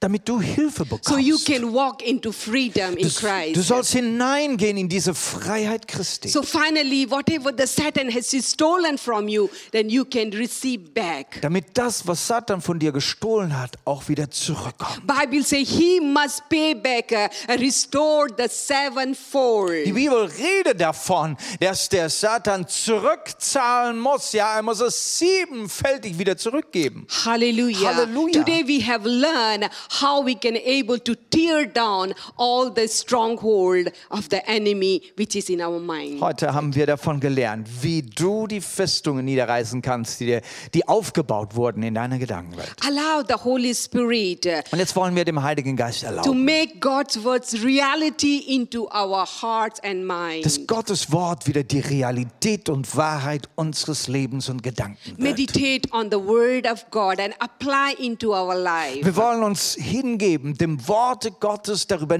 Speaker 2: damit du Hilfe bekommst.
Speaker 1: So you can walk into freedom in
Speaker 2: Du, du
Speaker 1: Christ.
Speaker 2: sollst hineingehen in diese Freiheit Christi.
Speaker 1: So finally, whatever the Satan has stolen from you, then you can receive back.
Speaker 2: damit das, was Satan von dir gestohlen hat, auch wieder zurückkommt.
Speaker 1: Bible says he must pay back, uh, restore the sevenfold.
Speaker 2: Die Bibel redet davon, dass der Satan zurückzahlen muss. Ja, er muss es siebenfältig wieder zurückgeben.
Speaker 1: Hallelujah.
Speaker 2: Hallelujah.
Speaker 1: Today we have learned how we can able to tear down all the stronghold of the enemy which is in our mind.
Speaker 2: Heute haben wir davon gelernt, wie du die Festungen niederreißen kannst, die, dir, die aufgebaut wurden in deiner Gedankenwelt.
Speaker 1: Allow the Holy Spirit uh,
Speaker 2: Und jetzt wollen wir dem Heiligen Geist
Speaker 1: to
Speaker 2: erlauben,
Speaker 1: make God's words reality into our hearts and minds.
Speaker 2: dass Gottes Wort wieder die Realität und Wahrheit unseres Lebens und Gedanken wird.
Speaker 1: Meditate on the word of God and apply into our life.
Speaker 2: Wir wollen uns hingeben, dem Worte Gottes darüber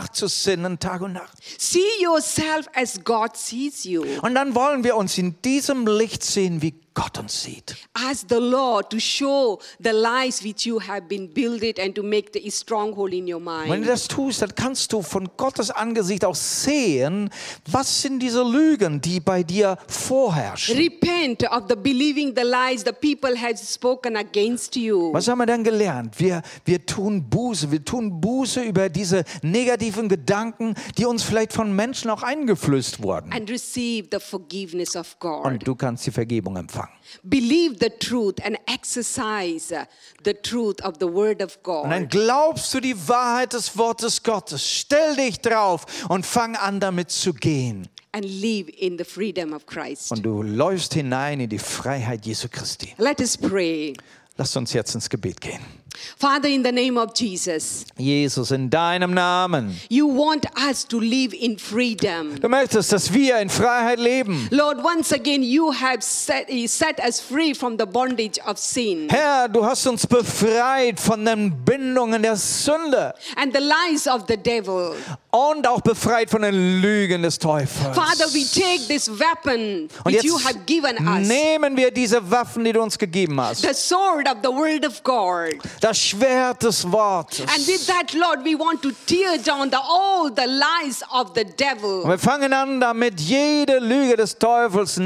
Speaker 2: nachzusinnen, Tag und Nacht.
Speaker 1: See yourself as God sees you.
Speaker 2: Und dann wollen wir uns in diesem Licht sehen, wie Gott uns sieht.
Speaker 1: Ask the Lord to show the lies which you have been builded and to make the stronghold in your
Speaker 2: Wenn du
Speaker 1: mind.
Speaker 2: das tust, dann kannst du von Gottes Angesicht auch sehen, was sind diese Lügen, die bei dir vorherrschen.
Speaker 1: Repent of the believing the lies the people has spoken against you.
Speaker 2: Was haben wir dann gelernt? Wir, wir tun Buße, wir tun Buße über diese negativen Gedanken, die uns vielleicht von Menschen auch eingeflößt wurden.
Speaker 1: And receive the forgiveness of God.
Speaker 2: Und du kannst die Vergebung empfangen.
Speaker 1: Believe the truth and exercise uh, the truth of the Word of
Speaker 2: Und dann
Speaker 1: God.
Speaker 2: glaubst du die Wahrheit des Wortes Gottes. Stell dich drauf und fang an, damit zu gehen.
Speaker 1: And live in the freedom of Christ.
Speaker 2: Und du läufst hinein in die Freiheit Jesu Christi.
Speaker 1: Let us pray.
Speaker 2: Lass uns jetzt ins Gebet gehen.
Speaker 1: Father, in the name of Jesus,
Speaker 2: Jesus, in deinem Namen.
Speaker 1: you want us to live in freedom.
Speaker 2: Du möchtest, dass wir in Freiheit leben.
Speaker 1: Lord, once again, you have set, set us free from the bondage of sin
Speaker 2: Herr, du hast uns befreit von den Bindungen der Sünde
Speaker 1: and the lies of the devil.
Speaker 2: und auch befreit von den Lügen des Teufels.
Speaker 1: Father, we take this weapon
Speaker 2: Und
Speaker 1: which
Speaker 2: jetzt
Speaker 1: you have given us,
Speaker 2: nehmen wir diese Waffen, die du uns gegeben hast.
Speaker 1: the sword of the Word of God.
Speaker 2: Das Schwert des Wortes.
Speaker 1: And with that, Lord, we want to tear down the, all the lies of the
Speaker 2: Und
Speaker 1: devil.
Speaker 2: wir fangen an, damit jede Lüge des Teufels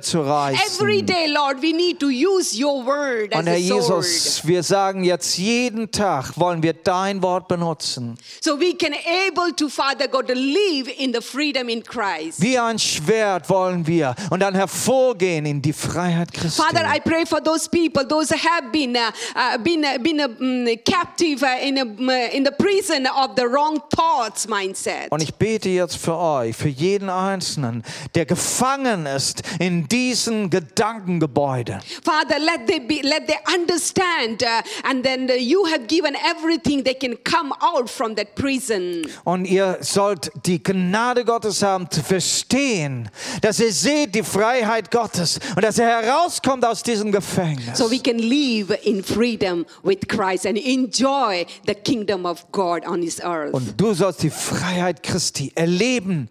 Speaker 2: niederzureißen.
Speaker 1: Every day, Lord, we need to use your word as
Speaker 2: Und Herr
Speaker 1: a sword
Speaker 2: uh, Jesus, wir sagen jetzt jeden Tag, wollen wir dein Wort benutzen.
Speaker 1: so we can able to, Father God, to live in the freedom in Christ.
Speaker 2: Wie ein Schwert wollen wir und dann hervorgehen in die Freiheit Christi.
Speaker 1: Father, I pray for those people, those have been uh, uh, been uh, been in a mm, captive, uh, in, a, mm, in the prison of the wrong thoughts mindset.
Speaker 2: Und ich bete jetzt für euch, für jeden Einzelnen, der gefangen ist in diesen Gedankengebäude.
Speaker 1: Father, let they be, let they understand, uh, and then uh, you have given everything they can come out from that prison.
Speaker 2: Und ihr sollt die Gnade Gottes haben zu verstehen, dass ihr seht die Freiheit Gottes und dass ihr herauskommt aus diesem Gefängnis.
Speaker 1: So we can live in freedom with Christ and enjoy the kingdom of God on this earth.
Speaker 2: und du sollst die Freiheit Christi erleben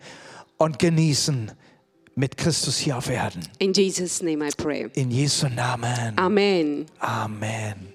Speaker 2: und genießen mit Christus hier auf Erden.
Speaker 1: in Jesus' name I pray.
Speaker 2: In Jesu Namen.
Speaker 1: Amen.
Speaker 2: Amen.